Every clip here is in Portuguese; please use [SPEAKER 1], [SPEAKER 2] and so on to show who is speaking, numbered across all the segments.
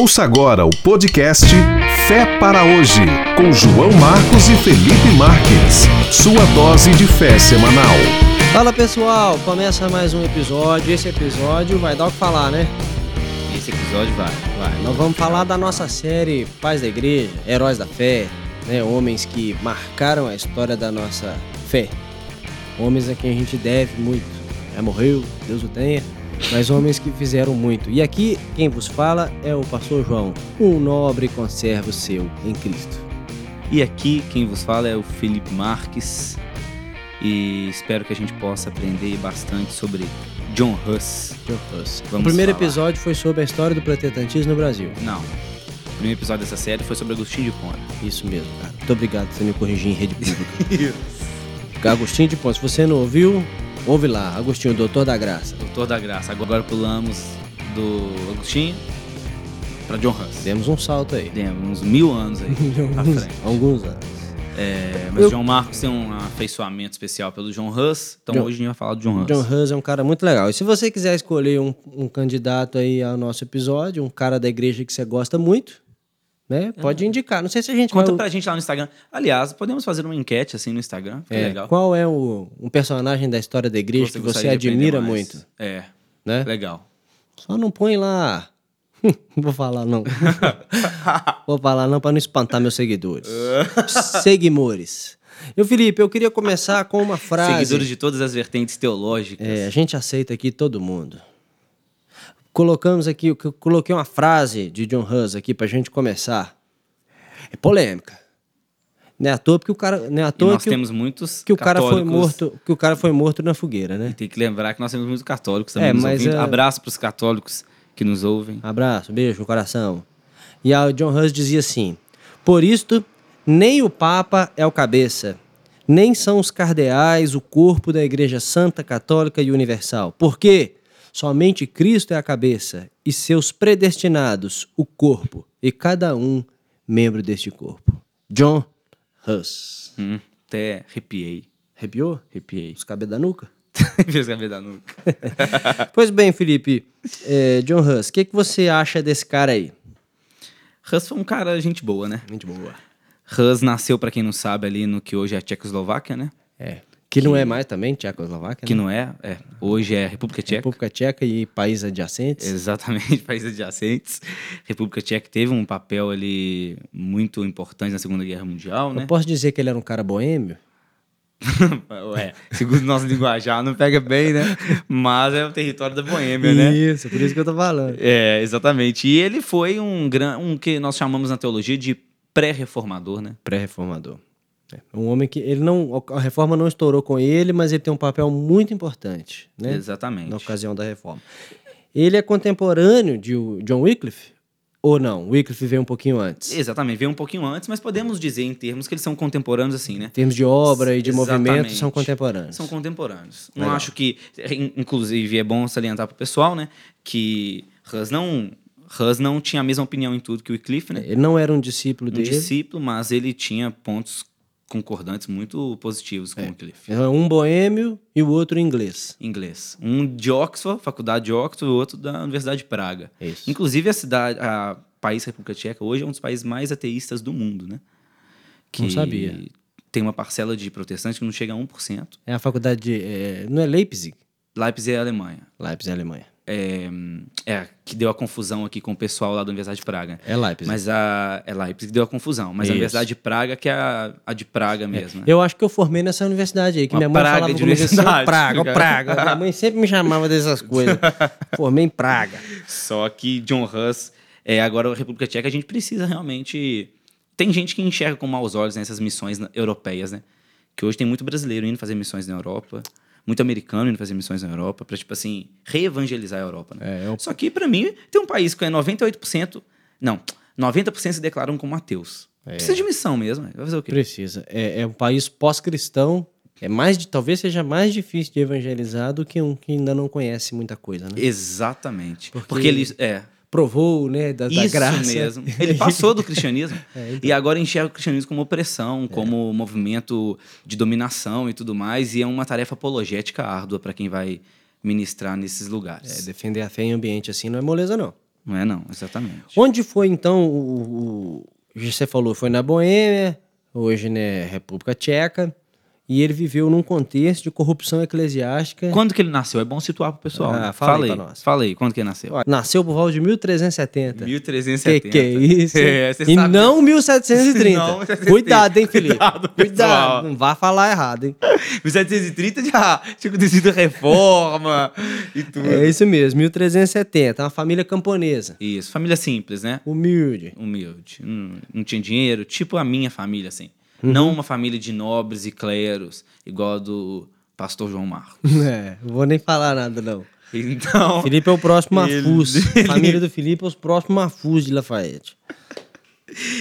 [SPEAKER 1] Ouça agora o podcast Fé para Hoje, com João Marcos e Felipe Marques. Sua dose de fé semanal.
[SPEAKER 2] Fala pessoal, começa mais um episódio. Esse episódio vai dar o que falar, né?
[SPEAKER 3] Esse episódio vai, vai.
[SPEAKER 2] Nós vamos falar da nossa série Pais da Igreja, Heróis da Fé, né? Homens que marcaram a história da nossa fé. Homens a quem a gente deve muito. Já morreu, Deus o tenha. Mas homens que fizeram muito. E aqui quem vos fala é o pastor João, um nobre conservo seu em Cristo.
[SPEAKER 3] E aqui quem vos fala é o Felipe Marques e espero que a gente possa aprender bastante sobre John Huss.
[SPEAKER 2] John Huss.
[SPEAKER 3] Vamos
[SPEAKER 2] o primeiro
[SPEAKER 3] falar.
[SPEAKER 2] episódio foi sobre a história do protestantismo no Brasil.
[SPEAKER 3] Não. O primeiro episódio dessa série foi sobre Agostinho de Pona.
[SPEAKER 2] Isso mesmo, cara. Muito obrigado por você me corrigir em rede pública. Agostinho de Pontes, se você não ouviu, ouve lá. Agostinho, doutor da graça.
[SPEAKER 3] Doutor da Graça. Agora pulamos do Agostinho para John Huss.
[SPEAKER 2] Demos um salto aí.
[SPEAKER 3] Temos uns mil anos aí pra frente.
[SPEAKER 2] Alguns anos.
[SPEAKER 3] É, mas John Marcos tem um afeiçoamento especial pelo John Huss, então hoje a gente vai falar do John Huss.
[SPEAKER 2] John Hus é um cara muito legal. E se você quiser escolher um, um candidato aí ao nosso episódio, um cara da igreja que você gosta muito, né? Pode indicar. Não sei se a gente
[SPEAKER 3] É. Conta
[SPEAKER 2] vai-
[SPEAKER 3] pra gente lá no Instagram. Aliás, podemos fazer uma enquete assim no Instagram, que
[SPEAKER 2] É,
[SPEAKER 3] legal.
[SPEAKER 2] Qual é o, um personagem da história da igreja que você
[SPEAKER 3] gostaria de aprender
[SPEAKER 2] admira
[SPEAKER 3] mais.
[SPEAKER 2] muito,
[SPEAKER 3] É,
[SPEAKER 2] né?
[SPEAKER 3] legal.
[SPEAKER 2] Só não põe lá. Não vou falar não. vou falar não para não espantar meus seguidores. Seguimores. Eu, Felipe, eu queria começar com uma frase.
[SPEAKER 3] Seguidores de todas as vertentes teológicas.
[SPEAKER 2] É, a gente aceita aqui todo mundo. Colocamos aqui, eu coloquei uma frase de John Hus aqui pra gente começar. É polêmica. Não é à toa porque o cara, não é à
[SPEAKER 3] E
[SPEAKER 2] toa
[SPEAKER 3] nós
[SPEAKER 2] que, o-
[SPEAKER 3] temos muitos
[SPEAKER 2] que o cara foi
[SPEAKER 3] católicos.
[SPEAKER 2] morto, que o cara foi morto na fogueira, né?
[SPEAKER 3] Tem que lembrar que nós temos muitos católicos também
[SPEAKER 2] É,
[SPEAKER 3] nos
[SPEAKER 2] mas,
[SPEAKER 3] ouvindo.
[SPEAKER 2] é-
[SPEAKER 3] Abraço pros católicos que nos ouvem.
[SPEAKER 2] Abraço, beijo no coração. E a John Hus dizia assim: Por isto, nem o Papa é o cabeça, nem são os cardeais o corpo da Igreja Santa, Católica e Universal. Porque somente Cristo é a cabeça e seus predestinados o corpo, e cada um membro deste corpo. John Hus.
[SPEAKER 3] Hum, até arrepiei.
[SPEAKER 2] Arrepiou?
[SPEAKER 3] Arrepiei.
[SPEAKER 2] Os cabelos da nuca?
[SPEAKER 3] Fez a vida nuca.
[SPEAKER 2] pois bem, Felipe, eh, John Hus, o que, que você acha desse cara aí?
[SPEAKER 3] Hus foi um cara gente boa, né?
[SPEAKER 2] Muito boa.
[SPEAKER 3] Hus nasceu, pra quem não sabe, ali no que hoje é a Tchecoslováquia, né?
[SPEAKER 2] É. Que, não é mais também Tchecoslováquia,
[SPEAKER 3] Que
[SPEAKER 2] né?
[SPEAKER 3] não é, é. Hoje é República Tcheca.
[SPEAKER 2] República Tcheca e países adjacentes.
[SPEAKER 3] Exatamente, países adjacentes. República Tcheca teve um papel ali muito importante na Segunda Guerra Mundial,
[SPEAKER 2] Eu
[SPEAKER 3] né?
[SPEAKER 2] posso dizer que ele era um cara boêmio?
[SPEAKER 3] Ué, É, segundo o nosso linguajar, não pega bem, né? Mas é o território da Boêmia, né?
[SPEAKER 2] Isso, por isso que eu tô falando.
[SPEAKER 3] É, exatamente. E ele foi um gran... um que nós chamamos na teologia de pré-reformador, né?
[SPEAKER 2] Pré-reformador. É, Um homem que ele não a reforma não estourou com ele, mas ele tem um papel muito importante, né?
[SPEAKER 3] Exatamente.
[SPEAKER 2] Na ocasião da reforma. Ele é contemporâneo de o- John Wycliffe ou não? Wycliffe veio um pouquinho antes.
[SPEAKER 3] Exatamente, veio um pouquinho antes, mas podemos dizer em termos que eles são contemporâneos assim, né?
[SPEAKER 2] Em termos de obra e de
[SPEAKER 3] Exatamente.
[SPEAKER 2] movimento são contemporâneos.
[SPEAKER 3] São contemporâneos. Não
[SPEAKER 2] Legal.
[SPEAKER 3] acho que, in- inclusive, é bom salientar pro pessoal, né, que Hus não, Hus não tinha a mesma opinião em tudo que o Wycliffe, né?
[SPEAKER 2] Ele não era um discípulo
[SPEAKER 3] Um
[SPEAKER 2] dele.
[SPEAKER 3] discípulo, mas ele tinha pontos concordantes muito positivos com o Wycliffe.
[SPEAKER 2] Então, é Um boêmio e o outro inglês.
[SPEAKER 3] Inglês. Um de Oxford, faculdade de Oxford, e outro da Universidade de Praga.
[SPEAKER 2] Isso.
[SPEAKER 3] Inclusive, a cidade, a país República Tcheca hoje é um dos países mais ateístas do mundo, né?
[SPEAKER 2] Não sabia.
[SPEAKER 3] Tem uma parcela de protestantes que não chega a 1%.
[SPEAKER 2] É a faculdade de. é, não é Leipzig?
[SPEAKER 3] Leipzig é a Alemanha.
[SPEAKER 2] Leipzig é a Alemanha.
[SPEAKER 3] É, hum, é, que deu a confusão aqui com o pessoal lá da Universidade de Praga.
[SPEAKER 2] É Leipzig.
[SPEAKER 3] Mas a. É Leipzig que deu a confusão. Mas
[SPEAKER 2] Isso. É.
[SPEAKER 3] a Universidade de Praga, que é a, a de Praga mesmo. né?
[SPEAKER 2] Eu acho que eu formei nessa universidade aí, que
[SPEAKER 3] Uma
[SPEAKER 2] minha mãe
[SPEAKER 3] praga
[SPEAKER 2] falava
[SPEAKER 3] de
[SPEAKER 2] comigo assim, ó,
[SPEAKER 3] universidade,
[SPEAKER 2] praga, ó,
[SPEAKER 3] cara.
[SPEAKER 2] praga. minha mãe sempre me chamava dessas coisas. formei em praga.
[SPEAKER 3] Só que John Huss. É, agora a República Tcheca, a gente precisa realmente. Tem gente que enxerga com maus olhos né, essas missões na- europeias, né? Que hoje tem muito brasileiro indo fazer missões na Europa, muito americano indo fazer missões na Europa, pra, tipo assim, reevangelizar a Europa, né?
[SPEAKER 2] É, eu...
[SPEAKER 3] Só que, pra mim, tem um país que é 98%. Não, 90% se declaram como ateus.
[SPEAKER 2] É.
[SPEAKER 3] Precisa de missão mesmo, né? vai fazer o quê?
[SPEAKER 2] Precisa. É, é um país pós-cristão. É mais de, talvez seja mais difícil de evangelizar do que um que ainda não conhece muita coisa, né?
[SPEAKER 3] Exatamente. Porque, é
[SPEAKER 2] Porque
[SPEAKER 3] ele. É.
[SPEAKER 2] Provou, né, da, da
[SPEAKER 3] Isso
[SPEAKER 2] graça.
[SPEAKER 3] mesmo. Ele passou do cristianismo
[SPEAKER 2] É, então.
[SPEAKER 3] e agora enxerga o cristianismo como opressão, como movimento de dominação e tudo mais. E é uma tarefa apologética árdua para quem vai ministrar nesses
[SPEAKER 2] É,
[SPEAKER 3] lugares.
[SPEAKER 2] defender a fé em ambiente assim não é moleza, não.
[SPEAKER 3] Não é não, exatamente.
[SPEAKER 2] Onde foi então o, o- Você falou, foi na Boêmia, hoje né, República Tcheca, e ele viveu num contexto de corrupção eclesiástica.
[SPEAKER 3] Quando que ele nasceu? É bom situar pro pessoal.
[SPEAKER 2] Ah,
[SPEAKER 3] né?
[SPEAKER 2] fala aí
[SPEAKER 3] Fala
[SPEAKER 2] pra nós.
[SPEAKER 3] Fala aí, quando que ele nasceu?
[SPEAKER 2] Ó, Nasceu por volta de 1370.
[SPEAKER 3] 1370.
[SPEAKER 2] Que que é isso?
[SPEAKER 3] É, você
[SPEAKER 2] e
[SPEAKER 3] sabe.
[SPEAKER 2] não 1730.
[SPEAKER 3] Não, 1730.
[SPEAKER 2] Cuidado, hein, Felipe?
[SPEAKER 3] Cuidado, pessoal.
[SPEAKER 2] Não vá falar errado, hein?
[SPEAKER 3] 1730 já tinha acontecido reforma e tudo.
[SPEAKER 2] É isso mesmo, 1370. Uma família camponesa,
[SPEAKER 3] Isso, família simples, né?
[SPEAKER 2] humilde.
[SPEAKER 3] Humilde. Não, não tinha dinheiro, tipo a minha família, assim.
[SPEAKER 2] Uhum.
[SPEAKER 3] Não uma família de nobres e cleros, igual a do pastor João Marcos.
[SPEAKER 2] É, não vou nem falar nada, não.
[SPEAKER 3] Então,
[SPEAKER 2] Felipe é o próximo Mafuz.
[SPEAKER 3] Ele-
[SPEAKER 2] Família do Felipe é os próximos Mafuz de Lafayette.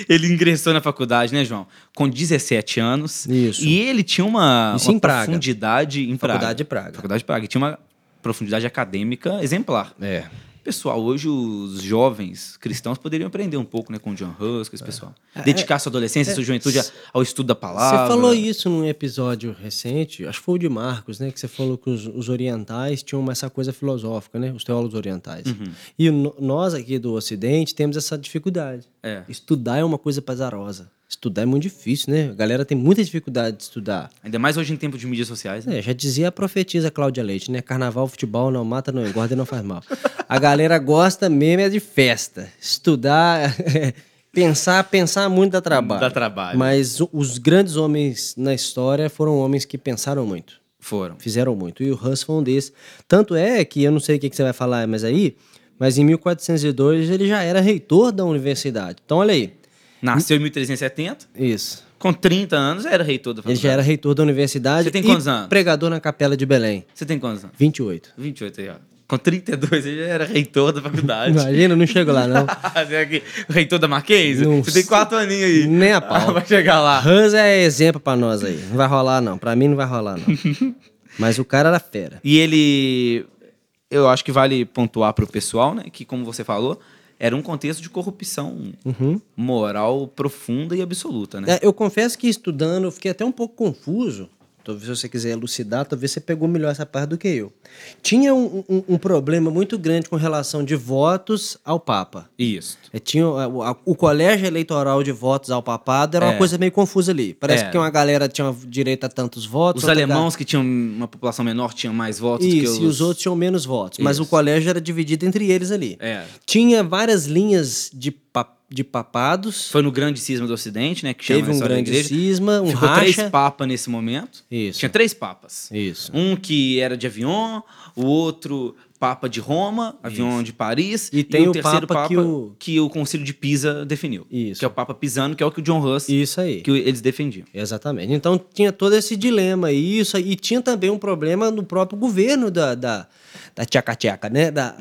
[SPEAKER 3] ele ingressou na faculdade, né, João? Com 17 anos.
[SPEAKER 2] Isso.
[SPEAKER 3] E ele tinha uma,
[SPEAKER 2] Isso
[SPEAKER 3] uma
[SPEAKER 2] em Praga.
[SPEAKER 3] profundidade em Praga.
[SPEAKER 2] Faculdade de Praga.
[SPEAKER 3] Faculdade de Praga. E Tinha uma profundidade acadêmica exemplar.
[SPEAKER 2] É.
[SPEAKER 3] Pessoal, hoje os jovens cristãos poderiam aprender um pouco né, com o John Hus,
[SPEAKER 2] É.
[SPEAKER 3] com esse pessoal. Dedicar sua adolescência, sua juventude a- ao estudo da palavra.
[SPEAKER 2] Você É. falou isso num episódio recente, acho que foi o de Marcos, né? Que você falou que os, os orientais tinham essa coisa filosófica, né? Os teólogos orientais.
[SPEAKER 3] Uhum.
[SPEAKER 2] E no- nós aqui do Ocidente temos essa dificuldade.
[SPEAKER 3] É.
[SPEAKER 2] Estudar é uma coisa pesarosa. Estudar é muito difícil, né? A galera tem muita dificuldade de estudar.
[SPEAKER 3] Ainda mais hoje em tempo de mídias sociais. Né?
[SPEAKER 2] É, já dizia a profetisa Cláudia Leite, né? Carnaval, futebol, não mata, não engorda e não faz mal. A galera gosta mesmo é de festa. Estudar, pensar, pensar muito dá trabalho.
[SPEAKER 3] Dá trabalho.
[SPEAKER 2] Mas o- os grandes homens na história foram homens que pensaram muito,
[SPEAKER 3] Foram.
[SPEAKER 2] fizeram muito. E o Hans foi um desses. Tanto é que, eu não sei o que, que você vai falar mas aí, mas em 1402 ele já era reitor da universidade. Então olha aí,
[SPEAKER 3] Nasceu em 1370,
[SPEAKER 2] isso.
[SPEAKER 3] com 30 anos já era reitor da
[SPEAKER 2] Ele
[SPEAKER 3] faculdade.
[SPEAKER 2] já era reitor da universidade
[SPEAKER 3] Você tem
[SPEAKER 2] e
[SPEAKER 3] quantos anos?
[SPEAKER 2] pregador na capela de Belém.
[SPEAKER 3] Você tem quantos anos?
[SPEAKER 2] 28.
[SPEAKER 3] 28 aí, ó. Com 32 ele já era reitor da faculdade.
[SPEAKER 2] Imagina, eu não chego lá, não.
[SPEAKER 3] Você é aqui, reitor da Mackenzie?
[SPEAKER 2] Não
[SPEAKER 3] Você tem
[SPEAKER 2] sei.
[SPEAKER 3] 4 aninhos aí.
[SPEAKER 2] Nem a pau.
[SPEAKER 3] Vai chegar lá.
[SPEAKER 2] Hans é exemplo pra nós aí. Não vai rolar, não. Pra mim não vai rolar, não. Mas o cara era fera.
[SPEAKER 3] E ele. Eu acho que vale pontuar pro pessoal, né? Que, como você falou, era um contexto de corrupção moral profunda e absoluta, né?
[SPEAKER 2] Uhum. É, eu confesso que estudando, eu fiquei até um pouco confuso. Talvez se você quiser elucidar, talvez você pegou melhor essa parte do que eu. Tinha um, um- um problema muito grande com relação de votos ao Papa.
[SPEAKER 3] Isso.
[SPEAKER 2] É, tinha, o- a- o, a- o colégio eleitoral de votos ao papado era uma
[SPEAKER 3] É.
[SPEAKER 2] coisa meio confusa ali. Parece
[SPEAKER 3] É.
[SPEAKER 2] que uma galera tinha direito a tantos votos.
[SPEAKER 3] Os
[SPEAKER 2] outra galera-
[SPEAKER 3] alemãos que tinham uma população menor tinham mais votos do que
[SPEAKER 2] Isso,
[SPEAKER 3] os...
[SPEAKER 2] e os outros tinham menos votos. Mas o
[SPEAKER 3] Isso.
[SPEAKER 2] colégio era dividido entre eles ali.
[SPEAKER 3] É.
[SPEAKER 2] Tinha várias linhas de, pa- de papados.
[SPEAKER 3] Foi no grande cisma do Ocidente, né? Que chama
[SPEAKER 2] teve
[SPEAKER 3] a
[SPEAKER 2] um
[SPEAKER 3] história da
[SPEAKER 2] grande
[SPEAKER 3] igreja.
[SPEAKER 2] cisma, um
[SPEAKER 3] Ficou três
[SPEAKER 2] racha.
[SPEAKER 3] papas nesse momento.
[SPEAKER 2] Isso.
[SPEAKER 3] Tinha três papas.
[SPEAKER 2] Isso.
[SPEAKER 3] Um que era de avião, o outro papa de Roma, avião de Paris.
[SPEAKER 2] E tem o
[SPEAKER 3] terceiro
[SPEAKER 2] papa que o-
[SPEAKER 3] que o concílio de Pisa definiu.
[SPEAKER 2] Isso.
[SPEAKER 3] Que é o papa pisano, que é o que o John Hus...
[SPEAKER 2] Isso aí.
[SPEAKER 3] Que eles defendiam.
[SPEAKER 2] Exatamente. Então tinha todo esse dilema e isso aí. E tinha também um problema no próprio governo da, da, da tchaca tchaca, né? Da,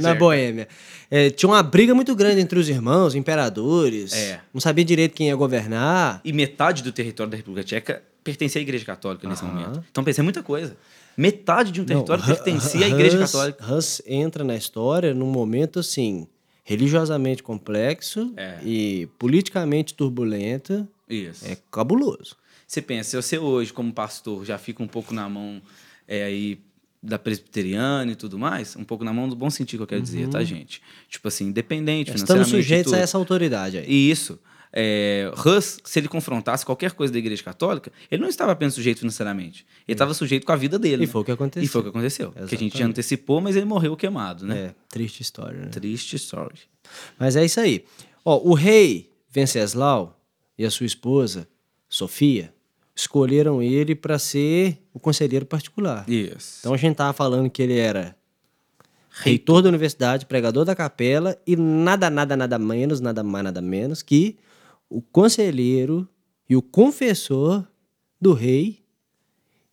[SPEAKER 2] na Boêmia. É, tinha uma briga muito grande entre os irmãos, imperadores.
[SPEAKER 3] É.
[SPEAKER 2] Não sabia direito quem ia governar.
[SPEAKER 3] E metade do território da República Tcheca pertencia à Igreja Católica nesse momento. Então pensei muita coisa. Metade de um território
[SPEAKER 2] Não,
[SPEAKER 3] pertencia à Igreja
[SPEAKER 2] Hans-
[SPEAKER 3] Católica.
[SPEAKER 2] Hans entra na história num momento assim, religiosamente complexo
[SPEAKER 3] É.
[SPEAKER 2] e politicamente turbulento.
[SPEAKER 3] Isso.
[SPEAKER 2] É cabuloso.
[SPEAKER 3] Você pensa, se você hoje, como pastor, já fica um pouco na mão é, aí, da presbiteriana e tudo mais, um pouco na mão do bom sentido que eu quero dizer, tá, gente? Tipo assim, independente,
[SPEAKER 2] Uhum. Estamos
[SPEAKER 3] financeiramente e
[SPEAKER 2] sujeitos a
[SPEAKER 3] tudo.
[SPEAKER 2] essa autoridade aí.
[SPEAKER 3] E isso. É, Hus, se ele confrontasse qualquer coisa da Igreja Católica, ele não estava apenas sujeito financeiramente. Ele estava sujeito com a vida dele.
[SPEAKER 2] É. E
[SPEAKER 3] né?
[SPEAKER 2] foi o que aconteceu.
[SPEAKER 3] E foi o que aconteceu. Que a gente
[SPEAKER 2] Exatamente.
[SPEAKER 3] já antecipou, mas ele morreu queimado, né?
[SPEAKER 2] É, triste história, né?
[SPEAKER 3] Triste story.
[SPEAKER 2] Mas é isso aí. Ó, o rei Venceslau e a sua esposa, Sofia, escolheram ele para ser o conselheiro particular.
[SPEAKER 3] Isso.
[SPEAKER 2] Então a gente tava falando que ele era reitor da universidade, pregador da capela e nada, nada, nada menos, nada mais, nada menos que o conselheiro e o confessor do rei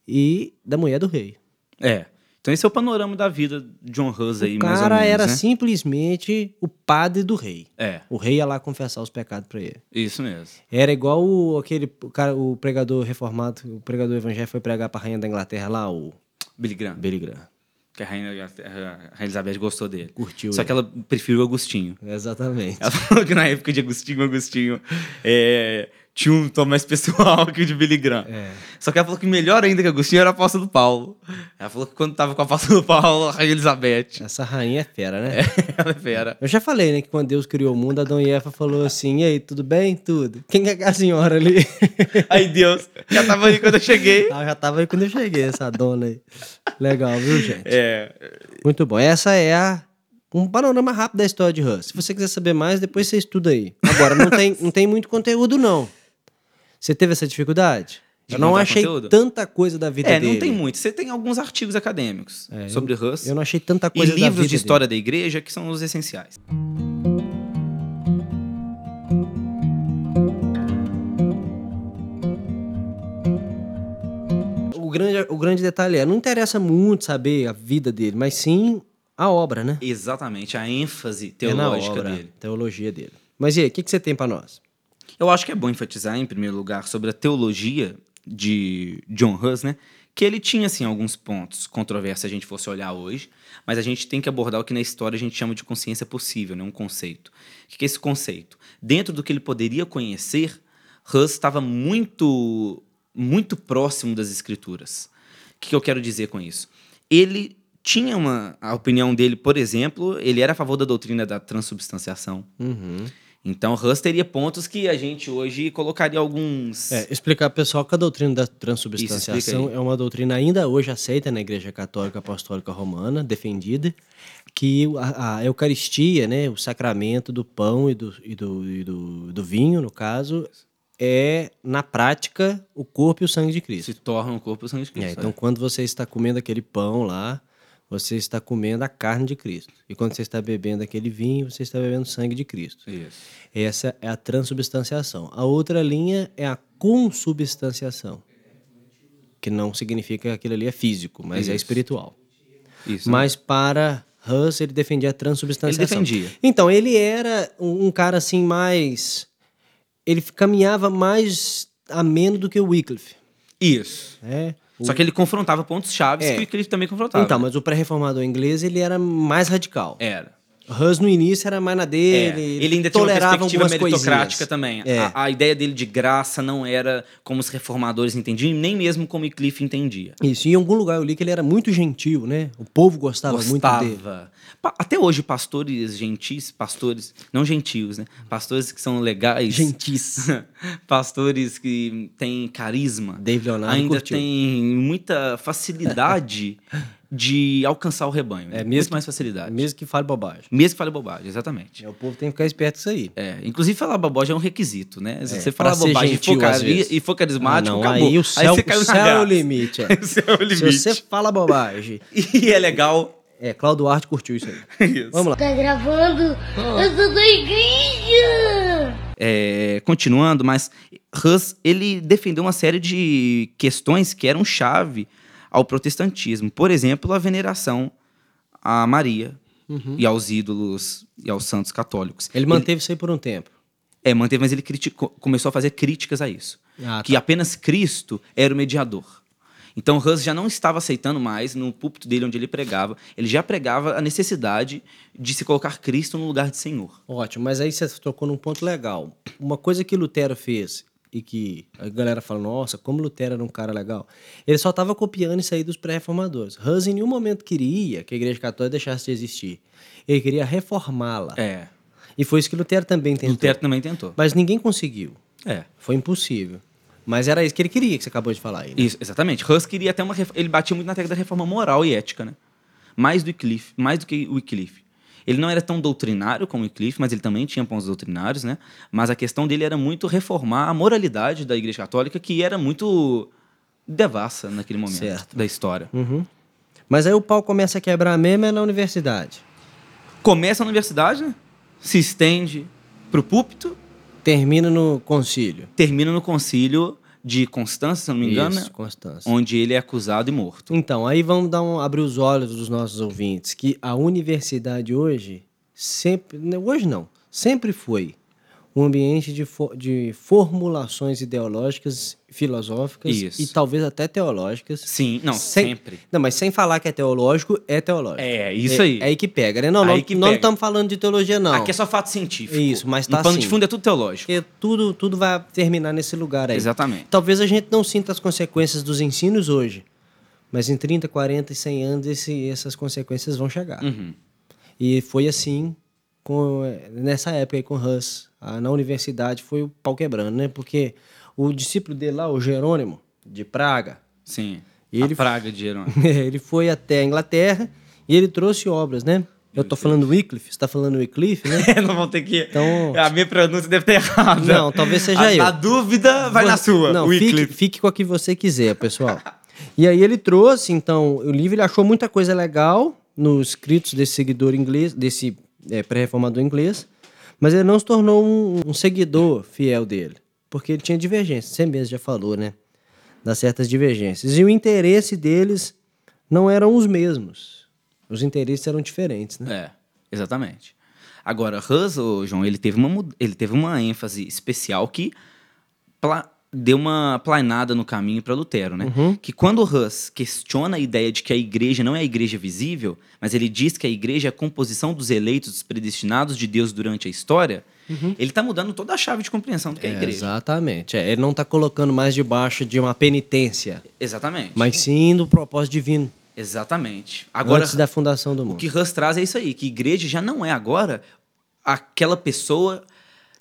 [SPEAKER 2] e da mulher do rei.
[SPEAKER 3] é. Então esse é o panorama da vida de John Hus aí,
[SPEAKER 2] o
[SPEAKER 3] mais ou
[SPEAKER 2] cara
[SPEAKER 3] menos,
[SPEAKER 2] era assim.
[SPEAKER 3] né?
[SPEAKER 2] simplesmente o padre do rei.
[SPEAKER 3] É,
[SPEAKER 2] O rei ia lá confessar os pecados para ele.
[SPEAKER 3] isso mesmo.
[SPEAKER 2] Era igual o, aquele o cara, o pregador reformado, o pregador evangélico foi pregar pra rainha da Inglaterra lá, o
[SPEAKER 3] Billy Graham.
[SPEAKER 2] Billy Graham.
[SPEAKER 3] que a rainha, a rainha Elizabeth gostou dele.
[SPEAKER 2] Curtiu
[SPEAKER 3] Só
[SPEAKER 2] ele.
[SPEAKER 3] que ela preferiu o Agostinho.
[SPEAKER 2] Exatamente.
[SPEAKER 3] Ela falou que na época de Agostinho, Agostinho é, tinha um tom mais pessoal que o de Billy Graham.
[SPEAKER 2] É.
[SPEAKER 3] Só que ela falou que melhor ainda que Agostinho era a apóstolo Paulo. Ela falou que quando tava com a apóstolo Paulo, a Rainha Elizabeth.
[SPEAKER 2] Essa rainha é fera, né?
[SPEAKER 3] ela é fera.
[SPEAKER 2] Eu já falei, né, que quando Deus criou o mundo, Adão e Eva falou assim, e aí, tudo bem? Tudo. Quem é a senhora ali?
[SPEAKER 3] Aí Deus, já tava aí quando eu cheguei.
[SPEAKER 2] ah, eu já tava aí quando eu cheguei, essa dona aí. Legal, viu, gente?
[SPEAKER 3] É,
[SPEAKER 2] Muito bom. Essa é a- um panorama rápido da história de Hans. Se você quiser saber mais, depois você estuda aí. Agora, não tem, não tem muito conteúdo, não. Você teve essa dificuldade?
[SPEAKER 3] De
[SPEAKER 2] eu não
[SPEAKER 3] encontrar
[SPEAKER 2] achei
[SPEAKER 3] conteúdo?
[SPEAKER 2] tanta coisa da vida
[SPEAKER 3] é
[SPEAKER 2] dele.
[SPEAKER 3] não tem muito. Você tem alguns artigos acadêmicos
[SPEAKER 2] É,
[SPEAKER 3] sobre Hus.
[SPEAKER 2] Eu não achei tanta
[SPEAKER 3] E
[SPEAKER 2] coisa da vida
[SPEAKER 3] livros de
[SPEAKER 2] dele.
[SPEAKER 3] história da igreja que são os essenciais.
[SPEAKER 2] O grande, o grande detalhe é, não interessa muito saber a vida dele, mas sim a obra, né?
[SPEAKER 3] Exatamente, a ênfase
[SPEAKER 2] É na
[SPEAKER 3] teológica
[SPEAKER 2] obra,
[SPEAKER 3] dele.
[SPEAKER 2] Teologia dele. Mas e aí, o que, que você tem pra nós?
[SPEAKER 3] Eu acho que é bom enfatizar, em primeiro lugar, sobre a teologia de John Hus, né? Que ele tinha, assim, alguns pontos controversos se a gente fosse olhar hoje, mas a gente tem que abordar o que na história a gente chama de consciência possível, né? Um conceito. O que que é esse conceito? Dentro do que ele poderia conhecer, Hus estava muito, muito próximo das escrituras. O que que eu quero dizer com isso? Ele tinha uma... A opinião dele, por exemplo, ele era a favor da doutrina da transubstanciação. Então, Hus teria pontos que a gente hoje colocaria alguns.
[SPEAKER 2] É, explicar pro pessoal que a doutrina da
[SPEAKER 3] Isso, explica
[SPEAKER 2] transubstanciação
[SPEAKER 3] aí.
[SPEAKER 2] é uma doutrina ainda hoje aceita na Igreja Católica Apostólica Romana, defendida, que a, a Eucaristia, né, o sacramento do pão e do, e do, e do, do vinho, no caso, é, na prática, o corpo e o sangue de Cristo.
[SPEAKER 3] se tornam o corpo do sangue de
[SPEAKER 2] É,
[SPEAKER 3] Cristo.
[SPEAKER 2] então, quando você está comendo aquele pão lá, você está comendo a carne de Cristo. E quando você está bebendo aquele vinho, você está bebendo o sangue de Cristo.
[SPEAKER 3] é. Isso.
[SPEAKER 2] Essa é a transubstanciação. A outra linha é a consubstanciação, que não significa que aquilo ali é físico, mas é
[SPEAKER 3] Isso.
[SPEAKER 2] espiritual.
[SPEAKER 3] Isso.
[SPEAKER 2] Mas para Hus, ele defendia a transubstanciação.
[SPEAKER 3] Ele defendia.
[SPEAKER 2] Então, ele era um um cara assim mais... Ele caminhava mais ameno do que o Wycliffe,
[SPEAKER 3] Isso.
[SPEAKER 2] né?
[SPEAKER 3] Só que ele confrontava pontos chaves
[SPEAKER 2] É.
[SPEAKER 3] que o Cristo também confrontava.
[SPEAKER 2] Então,
[SPEAKER 3] né?
[SPEAKER 2] mas o pré-reformador inglês, ele era mais radical.
[SPEAKER 3] Era.
[SPEAKER 2] Hus, no início, era mais na dele.
[SPEAKER 3] É. Ele ainda tinha uma
[SPEAKER 2] tolerava
[SPEAKER 3] perspectiva
[SPEAKER 2] algumas coisinhas.
[SPEAKER 3] meritocrática também.
[SPEAKER 2] É.
[SPEAKER 3] A, a ideia dele de graça não era como os reformadores entendiam, e nem mesmo como o Cliff entendia.
[SPEAKER 2] Isso, em algum lugar eu li que ele era muito gentil, né? O povo gostava, muito dele.
[SPEAKER 3] Pa- Até hoje, pastores gentis, pastores, não gentios, né? Pastores que são legais.
[SPEAKER 2] Gentis.
[SPEAKER 3] pastores que têm carisma.
[SPEAKER 2] David Leonardo
[SPEAKER 3] ainda
[SPEAKER 2] curtiu.
[SPEAKER 3] tem muita facilidade de alcançar o rebanho.
[SPEAKER 2] É,
[SPEAKER 3] É
[SPEAKER 2] mesmo
[SPEAKER 3] mesmo
[SPEAKER 2] que-
[SPEAKER 3] mais facilidade. Mesmo,
[SPEAKER 2] Mesmo que fale bobagem.
[SPEAKER 3] que fale bobagem, exatamente.
[SPEAKER 2] É, o povo tem que ficar esperto com isso aí.
[SPEAKER 3] É, inclusive falar bobagem é um requisito, né? Se
[SPEAKER 2] É,
[SPEAKER 3] você falar
[SPEAKER 2] pra ser
[SPEAKER 3] bobagem e
[SPEAKER 2] gentil,
[SPEAKER 3] for
[SPEAKER 2] às
[SPEAKER 3] cari-
[SPEAKER 2] vezes.
[SPEAKER 3] e for carismático,
[SPEAKER 2] Ah, não,
[SPEAKER 3] acabou.
[SPEAKER 2] Aí o céu,
[SPEAKER 3] você caiu
[SPEAKER 2] o
[SPEAKER 3] na
[SPEAKER 2] céu é o
[SPEAKER 3] graça.
[SPEAKER 2] limite. é.
[SPEAKER 3] Esse é o limite.
[SPEAKER 2] Se você fala bobagem.
[SPEAKER 3] E é legal.
[SPEAKER 2] É, Cláudio Duarte curtiu isso aí.
[SPEAKER 3] Isso.
[SPEAKER 2] Vamos lá.
[SPEAKER 4] Tá gravando? Eu sou da igreja!
[SPEAKER 3] É, continuando, mas Hus, ele defendeu uma série de questões que eram chave ao protestantismo. Por exemplo, a veneração a Maria e aos ídolos e aos santos católicos.
[SPEAKER 2] Uhum. Ele manteve isso aí por um tempo.
[SPEAKER 3] É, manteve, mas ele criticou- começou a fazer críticas a isso.
[SPEAKER 2] Ah,
[SPEAKER 3] Que apenas Cristo era o mediador. Então Hus já não estava aceitando mais, no púlpito dele onde ele pregava, ele já pregava a necessidade de se colocar Cristo no lugar de Senhor.
[SPEAKER 2] Ótimo, mas aí você tocou num ponto legal. Uma coisa que Lutero fez e que a galera fala, nossa, como Lutero era um cara legal. Ele só estava copiando isso aí dos pré-reformadores. Hus em nenhum momento queria que a Igreja Católica deixasse de existir. Ele queria reformá-la.
[SPEAKER 3] É.
[SPEAKER 2] E foi isso que Lutero também tentou.
[SPEAKER 3] Lutero também tentou.
[SPEAKER 2] Ah. Mas ninguém conseguiu.
[SPEAKER 3] É.
[SPEAKER 2] Foi impossível. Mas era isso que ele queria, que você acabou de falar aí. né?
[SPEAKER 3] Isso, exatamente. Hus queria até uma. ref- Ele batia muito na tecla da reforma moral e ética, né? Mais do, Wycliffe, mais do que o Wycliffe. Ele não era tão doutrinário como o Wycliffe, mas ele também tinha pontos doutrinários, né? Mas a questão dele era muito reformar a moralidade da Igreja Católica, que era muito devassa naquele momento
[SPEAKER 2] Certo.
[SPEAKER 3] da história.
[SPEAKER 2] Mas aí o pau começa a quebrar mesmo é na universidade.
[SPEAKER 3] Começa na universidade, né? se estende pro púlpito,
[SPEAKER 2] Termina no concílio.
[SPEAKER 3] termina no concílio de Constança, se eu não me engano,
[SPEAKER 2] Isso,
[SPEAKER 3] né?
[SPEAKER 2] Constância.
[SPEAKER 3] onde ele é acusado e morto.
[SPEAKER 2] Então, aí vamos dar um, abrir os olhos dos nossos ouvintes que a universidade hoje sempre, né, hoje não, sempre foi um ambiente de, fo- de formulações ideológicas, filosóficas
[SPEAKER 3] Isso.
[SPEAKER 2] e talvez até teológicas.
[SPEAKER 3] Sim, não,
[SPEAKER 2] Sem-
[SPEAKER 3] sempre.
[SPEAKER 2] Não, mas sem falar que é teológico, é teológico.
[SPEAKER 3] É, isso
[SPEAKER 2] É-
[SPEAKER 3] aí.
[SPEAKER 2] É aí que pega, né? Não,
[SPEAKER 3] Aí
[SPEAKER 2] nós,
[SPEAKER 3] que
[SPEAKER 2] nós não
[SPEAKER 3] pega.
[SPEAKER 2] estamos falando de teologia, não.
[SPEAKER 3] Aqui é só fato científico.
[SPEAKER 2] Isso, mas tá
[SPEAKER 3] No pano
[SPEAKER 2] assim.
[SPEAKER 3] de fundo é tudo teológico.
[SPEAKER 2] Porque tudo, tudo vai terminar nesse lugar aí.
[SPEAKER 3] Exatamente.
[SPEAKER 2] Talvez a gente não sinta as consequências dos ensinos hoje, mas em 30, 40 e 100 anos esse- essas consequências vão chegar.
[SPEAKER 3] Uhum.
[SPEAKER 2] E foi assim com, nessa época aí com Hus. Ah, na universidade foi o pau quebrando, né? Porque o discípulo dele lá, o Jerônimo, de Praga,
[SPEAKER 3] Sim.
[SPEAKER 2] E ele-
[SPEAKER 3] A praga de Jerônimo.
[SPEAKER 2] ele foi até a Inglaterra e ele trouxe obras, né? Eu tô falando Wycliffe, você tá falando Wycliffe, né?
[SPEAKER 3] É, não vão ter que.
[SPEAKER 2] Então-
[SPEAKER 3] A minha pronúncia deve estar errada.
[SPEAKER 2] Não, talvez seja
[SPEAKER 3] a,
[SPEAKER 2] eu.
[SPEAKER 3] A dúvida vai
[SPEAKER 2] Vo-
[SPEAKER 3] na sua.
[SPEAKER 2] Não, fique,
[SPEAKER 3] Wycliffe.
[SPEAKER 2] fique com a que você quiser, pessoal. e aí ele trouxe, então, o livro, ele achou muita coisa legal nos escritos desse seguidor inglês, desse é, pré-reformador inglês, mas ele não se tornou um, um seguidor fiel dele, porque ele tinha divergências, você mesmo já falou, né? Das certas divergências. E o interesse deles não eram os mesmos. Os interesses eram diferentes, né?
[SPEAKER 3] É, exatamente. Agora, Hus, ô, João, ele teve, uma, mud- ele teve uma ênfase especial que pla- deu uma planada no caminho para Lutero, né?
[SPEAKER 2] Uhum.
[SPEAKER 3] Que quando Hus questiona a ideia de que a igreja não é a igreja visível, mas ele diz que a igreja é a composição dos eleitos, dos predestinados de Deus durante a história, ele tá mudando toda a chave de compreensão do que é, a
[SPEAKER 2] Uhum. É,
[SPEAKER 3] igreja.
[SPEAKER 2] exatamente. É, ele não está colocando mais debaixo de uma penitência,
[SPEAKER 3] Exatamente.
[SPEAKER 2] mas sim do propósito divino.
[SPEAKER 3] Exatamente. Agora,
[SPEAKER 2] antes da fundação do
[SPEAKER 3] O
[SPEAKER 2] mundo.
[SPEAKER 3] que Hus traz é isso aí, que igreja já não é agora aquela pessoa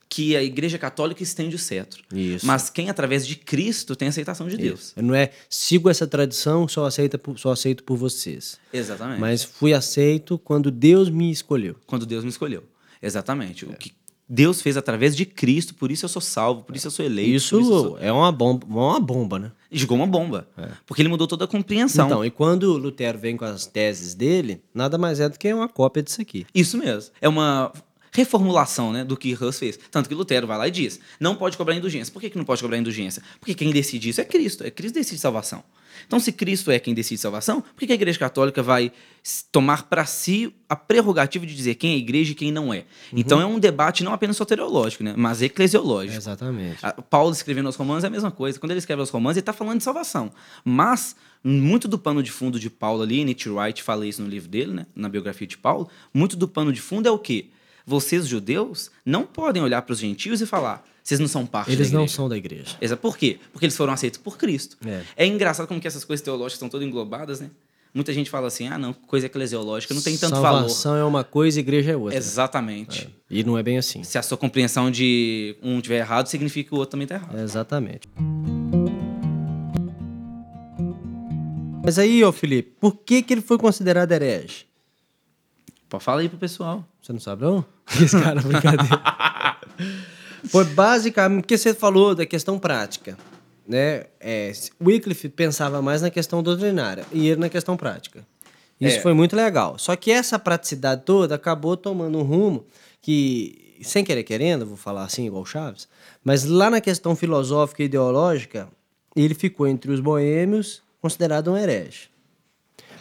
[SPEAKER 3] que a igreja católica estende o cetro.
[SPEAKER 2] Isso.
[SPEAKER 3] Mas quem, através de Cristo, tem a aceitação de Deus.
[SPEAKER 2] Não é sigo essa tradição, só, aceita por- só aceito por vocês.
[SPEAKER 3] Exatamente.
[SPEAKER 2] Mas fui aceito quando Deus me escolheu.
[SPEAKER 3] Quando Deus me escolheu. Exatamente. O que Deus fez através de Cristo, por isso eu sou salvo, por isso eu sou eleito. por isso eu
[SPEAKER 2] Isso
[SPEAKER 3] sou-
[SPEAKER 2] é uma bomba, uma bomba, né?
[SPEAKER 3] E Jogou uma bomba. Porque ele mudou toda a compreensão.
[SPEAKER 2] Então, e quando Lutero vem com as teses dele, nada mais é do que uma cópia disso aqui.
[SPEAKER 3] Isso mesmo. É uma reformulação né, do que Hus fez. Tanto que Lutero vai lá e diz: não pode cobrar indulgência. Por que, que não pode cobrar indulgência? Porque quem decide isso é Cristo. É Cristo que decide salvação. Então, se Cristo é quem decide salvação, por que que a Igreja Católica vai s- tomar para si a prerrogativa de dizer quem é igreja e quem não é? Então, é um debate não apenas soteriológico, né, mas eclesiológico.
[SPEAKER 2] Exatamente.
[SPEAKER 3] A- Paulo escrevendo aos Romanos é a mesma coisa. Quando ele escreve aos Romanos, ele está falando de salvação. Mas, muito do pano de fundo de Paulo ali, Nietzsche Wright fala isso no livro dele, né? na biografia de Paulo, muito do pano de fundo é o quê? Vocês, judeus, não podem olhar para os gentios e falar, vocês não são parte
[SPEAKER 2] Eles
[SPEAKER 3] da
[SPEAKER 2] não
[SPEAKER 3] igreja."
[SPEAKER 2] são da igreja.
[SPEAKER 3] Exa- Por quê? Porque eles foram aceitos por Cristo.
[SPEAKER 2] É.
[SPEAKER 3] É, engraçado como que essas coisas teológicas estão todas englobadas, né? Muita gente fala assim, ah, não, coisa eclesiológica não tem tanto valor.
[SPEAKER 2] Salvação é uma coisa, igreja é outra.
[SPEAKER 3] Exatamente.
[SPEAKER 2] E não é bem assim.
[SPEAKER 3] Se a sua compreensão de um tiver errado, significa que o outro também está errado.
[SPEAKER 2] É. Exatamente. Mas aí, ô Felipe, por que, que ele foi considerado herege?
[SPEAKER 3] Pô, fala aí pro pessoal.
[SPEAKER 2] Você não sabe, não? Esse cara, brincadeira. Foi basicamente porque você falou da questão prática. Né? É, Wycliffe pensava mais na questão doutrinária e ele na questão prática. Isso
[SPEAKER 3] É.
[SPEAKER 2] foi muito legal. Só que essa praticidade toda acabou tomando um rumo que, sem querer querendo, vou falar assim igual o Chaves, mas lá na questão filosófica e ideológica, ele ficou entre os boêmios considerado um herege.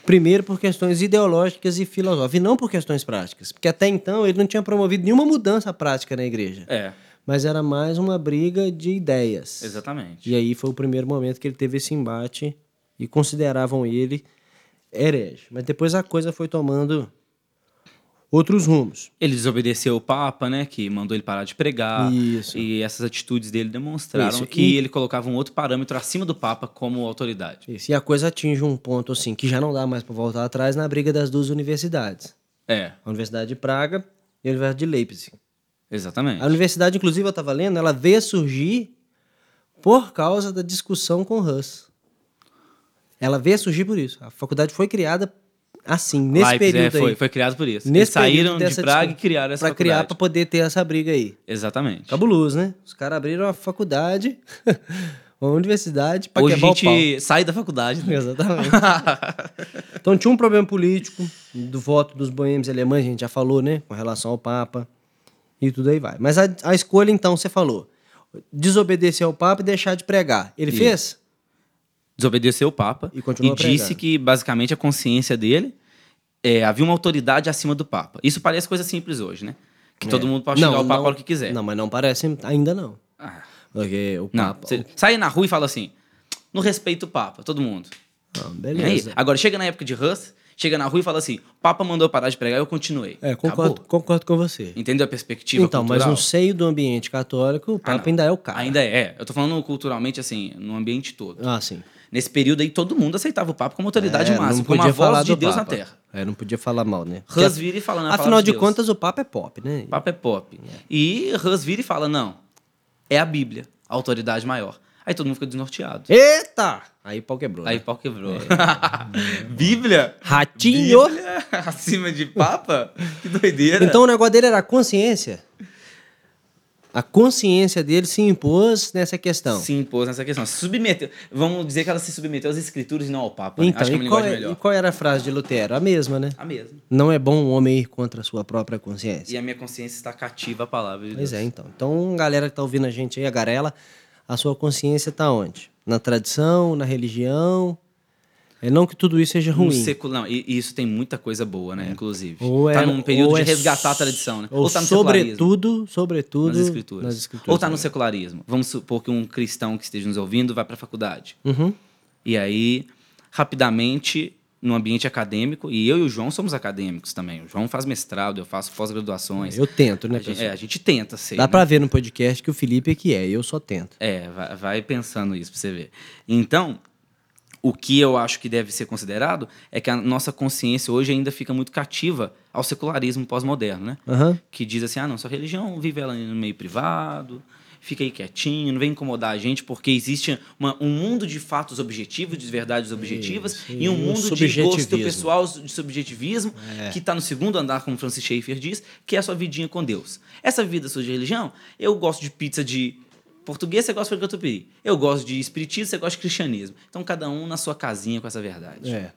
[SPEAKER 2] Primeiro por questões ideológicas e filosóficas, e não por questões práticas. Porque até então ele não tinha promovido nenhuma mudança prática na igreja.
[SPEAKER 3] É,
[SPEAKER 2] Mas era mais uma briga de ideias.
[SPEAKER 3] exatamente.
[SPEAKER 2] E aí foi o primeiro momento que ele teve esse embate e consideravam ele herege. Mas depois a coisa foi tomando outros rumos.
[SPEAKER 3] Ele desobedeceu o Papa, né? Que mandou ele parar de pregar.
[SPEAKER 2] Isso.
[SPEAKER 3] E essas atitudes dele demonstraram
[SPEAKER 2] Isso,
[SPEAKER 3] que
[SPEAKER 2] e-
[SPEAKER 3] ele colocava um outro parâmetro acima do Papa como autoridade.
[SPEAKER 2] Isso. E a coisa atinge um ponto assim que já não dá mais para voltar atrás na briga das duas universidades.
[SPEAKER 3] É,
[SPEAKER 2] A Universidade de Praga e a Universidade de Leipzig.
[SPEAKER 3] exatamente.
[SPEAKER 2] A universidade, inclusive, eu estava lendo, ela veio a surgir por causa da discussão com Hus. Ela veio a surgir por isso. A faculdade foi criada assim, nesse
[SPEAKER 3] Leipzig,
[SPEAKER 2] período
[SPEAKER 3] é, foi,
[SPEAKER 2] aí.
[SPEAKER 3] foi criado por isso.
[SPEAKER 2] Nesse
[SPEAKER 3] Eles saíram
[SPEAKER 2] período
[SPEAKER 3] de
[SPEAKER 2] dessa
[SPEAKER 3] Praga e
[SPEAKER 2] discussão,
[SPEAKER 3] criaram essa
[SPEAKER 2] Pra criar, pra
[SPEAKER 3] faculdade.
[SPEAKER 2] poder ter essa briga aí.
[SPEAKER 3] Exatamente.
[SPEAKER 2] Cabuloso, né? Os caras abriram uma faculdade, uma universidade pra
[SPEAKER 3] Hoje a
[SPEAKER 2] quebrar o pau.
[SPEAKER 3] gente sai da faculdade. né?
[SPEAKER 2] Exatamente. Então tinha um problema político do voto dos boêmios alemães, a gente já falou, né? Com relação ao Papa e tudo aí vai. Mas a, a escolha, então, você falou. Desobedecer ao Papa e deixar de pregar. Ele
[SPEAKER 3] Isso.
[SPEAKER 2] fez?
[SPEAKER 3] Desobedeceu o Papa
[SPEAKER 2] E continuou pregando.
[SPEAKER 3] disse que basicamente a consciência dele é, havia uma autoridade acima do Papa. Isso parece coisa simples hoje, né? Que todo mundo pode xingar o Papa a hora que quiser.
[SPEAKER 2] Não, mas não parece ainda não.
[SPEAKER 3] Ah,
[SPEAKER 2] Porque o
[SPEAKER 3] não.
[SPEAKER 2] Papa.
[SPEAKER 3] Você sai na rua e fala assim: não respeita o Papa, todo mundo.
[SPEAKER 2] Não,
[SPEAKER 3] E aí?
[SPEAKER 2] beleza.
[SPEAKER 3] Agora chega na época de Russ, chega na rua e fala assim: o Papa mandou eu parar de pregar, eu continuei.
[SPEAKER 2] É, concordo,
[SPEAKER 3] Acabou.
[SPEAKER 2] concordo com você.
[SPEAKER 3] Entendeu a perspectiva?
[SPEAKER 2] Então, mas
[SPEAKER 3] cultural?
[SPEAKER 2] no seio do ambiente católico, o
[SPEAKER 3] Ah,
[SPEAKER 2] Papa
[SPEAKER 3] não.
[SPEAKER 2] ainda é o cara.
[SPEAKER 3] Ainda é. Eu tô falando culturalmente, assim, no ambiente todo.
[SPEAKER 2] Ah, sim.
[SPEAKER 3] Nesse período aí, todo mundo aceitava o Papa como autoridade
[SPEAKER 2] É,
[SPEAKER 3] máxima,
[SPEAKER 2] não
[SPEAKER 3] como a
[SPEAKER 2] podia falar
[SPEAKER 3] voz
[SPEAKER 2] do
[SPEAKER 3] de Deus na
[SPEAKER 2] Papa.
[SPEAKER 3] Terra.
[SPEAKER 2] É, não podia falar mal, né? Porque
[SPEAKER 3] Hans
[SPEAKER 2] a-
[SPEAKER 3] vira e fala na
[SPEAKER 2] Afinal
[SPEAKER 3] palavra
[SPEAKER 2] de
[SPEAKER 3] Deus.
[SPEAKER 2] contas, o Papa é pop, né?
[SPEAKER 3] O Papa é pop. E Hans vira e fala: não, é a Bíblia, a autoridade maior. Aí todo mundo fica desnorteado.
[SPEAKER 2] Eita! Aí o pau quebrou.
[SPEAKER 3] Aí o
[SPEAKER 2] né?
[SPEAKER 3] pau quebrou. Bíblia?
[SPEAKER 2] é, Ratinho!
[SPEAKER 3] Bíblia acima de Papa? Que doideira.
[SPEAKER 2] Então o negócio dele era a consciência. A consciência dele se impôs nessa questão.
[SPEAKER 3] se impôs nessa questão. Se submeteu. Vamos dizer que ela se submeteu às escrituras e não ao Papa. né?
[SPEAKER 2] Então,
[SPEAKER 3] Acho que é uma
[SPEAKER 2] e, qual
[SPEAKER 3] linguagem
[SPEAKER 2] é-
[SPEAKER 3] melhor.
[SPEAKER 2] e qual era a frase de Lutero? A mesma, né?
[SPEAKER 3] A mesma.
[SPEAKER 2] Não é bom o homem ir contra a sua própria consciência.
[SPEAKER 3] E a minha consciência está cativa à palavra de Deus.
[SPEAKER 2] Pois é, então. Então, galera que tá ouvindo a gente aí, a garela, a sua consciência tá onde? Na tradição, na religião. É não que tudo isso seja
[SPEAKER 3] Um
[SPEAKER 2] ruim.
[SPEAKER 3] secular. Não, e, e isso tem muita coisa boa, né? Inclusive.
[SPEAKER 2] Ou é-
[SPEAKER 3] tá num período
[SPEAKER 2] ou
[SPEAKER 3] de
[SPEAKER 2] é
[SPEAKER 3] resgatar a
[SPEAKER 2] s-
[SPEAKER 3] tradição, né?
[SPEAKER 2] Ou,
[SPEAKER 3] tá no secularismo,
[SPEAKER 2] sobretudo, sobretudo
[SPEAKER 3] nas escrituras.
[SPEAKER 2] nas escrituras,
[SPEAKER 3] Ou tá
[SPEAKER 2] né?
[SPEAKER 3] no secularismo. Vamos supor que um cristão que esteja nos ouvindo vai para a faculdade.
[SPEAKER 2] Uhum.
[SPEAKER 3] E aí, rapidamente, no ambiente acadêmico, e eu e o João somos acadêmicos também. O João faz mestrado, eu faço pós-graduações.
[SPEAKER 2] Eu tento, né,
[SPEAKER 3] a, gente,
[SPEAKER 2] pessoal?
[SPEAKER 3] é, a gente tenta ser.
[SPEAKER 2] Dá
[SPEAKER 3] né?
[SPEAKER 2] pra ver no podcast que o Felipe é que é, eu só tento.
[SPEAKER 3] É, vai, vai pensando isso pra você ver. Então, o que eu acho que deve ser considerado é que a nossa consciência hoje ainda fica muito cativa ao secularismo pós-moderno, né?
[SPEAKER 2] Aham.
[SPEAKER 3] Que diz assim, ah, não, sua religião vive ela no meio privado, fica aí quietinho, não vem incomodar a gente, porque existe uma- um mundo de fatos objetivos, de verdades objetivas,
[SPEAKER 2] Isso,
[SPEAKER 3] e um
[SPEAKER 2] e um
[SPEAKER 3] mundo de gosto
[SPEAKER 2] subjetivismo. É.
[SPEAKER 3] pessoal, de subjetivismo, que está no segundo andar, como Francis Schaeffer diz, que é a sua vidinha com Deus. Essa vida sua de religião, eu gosto de pizza de português, você gosta de catupiry. Eu gosto de espiritismo, você gosta de cristianismo. Então, cada um na sua casinha com essa verdade.
[SPEAKER 2] É.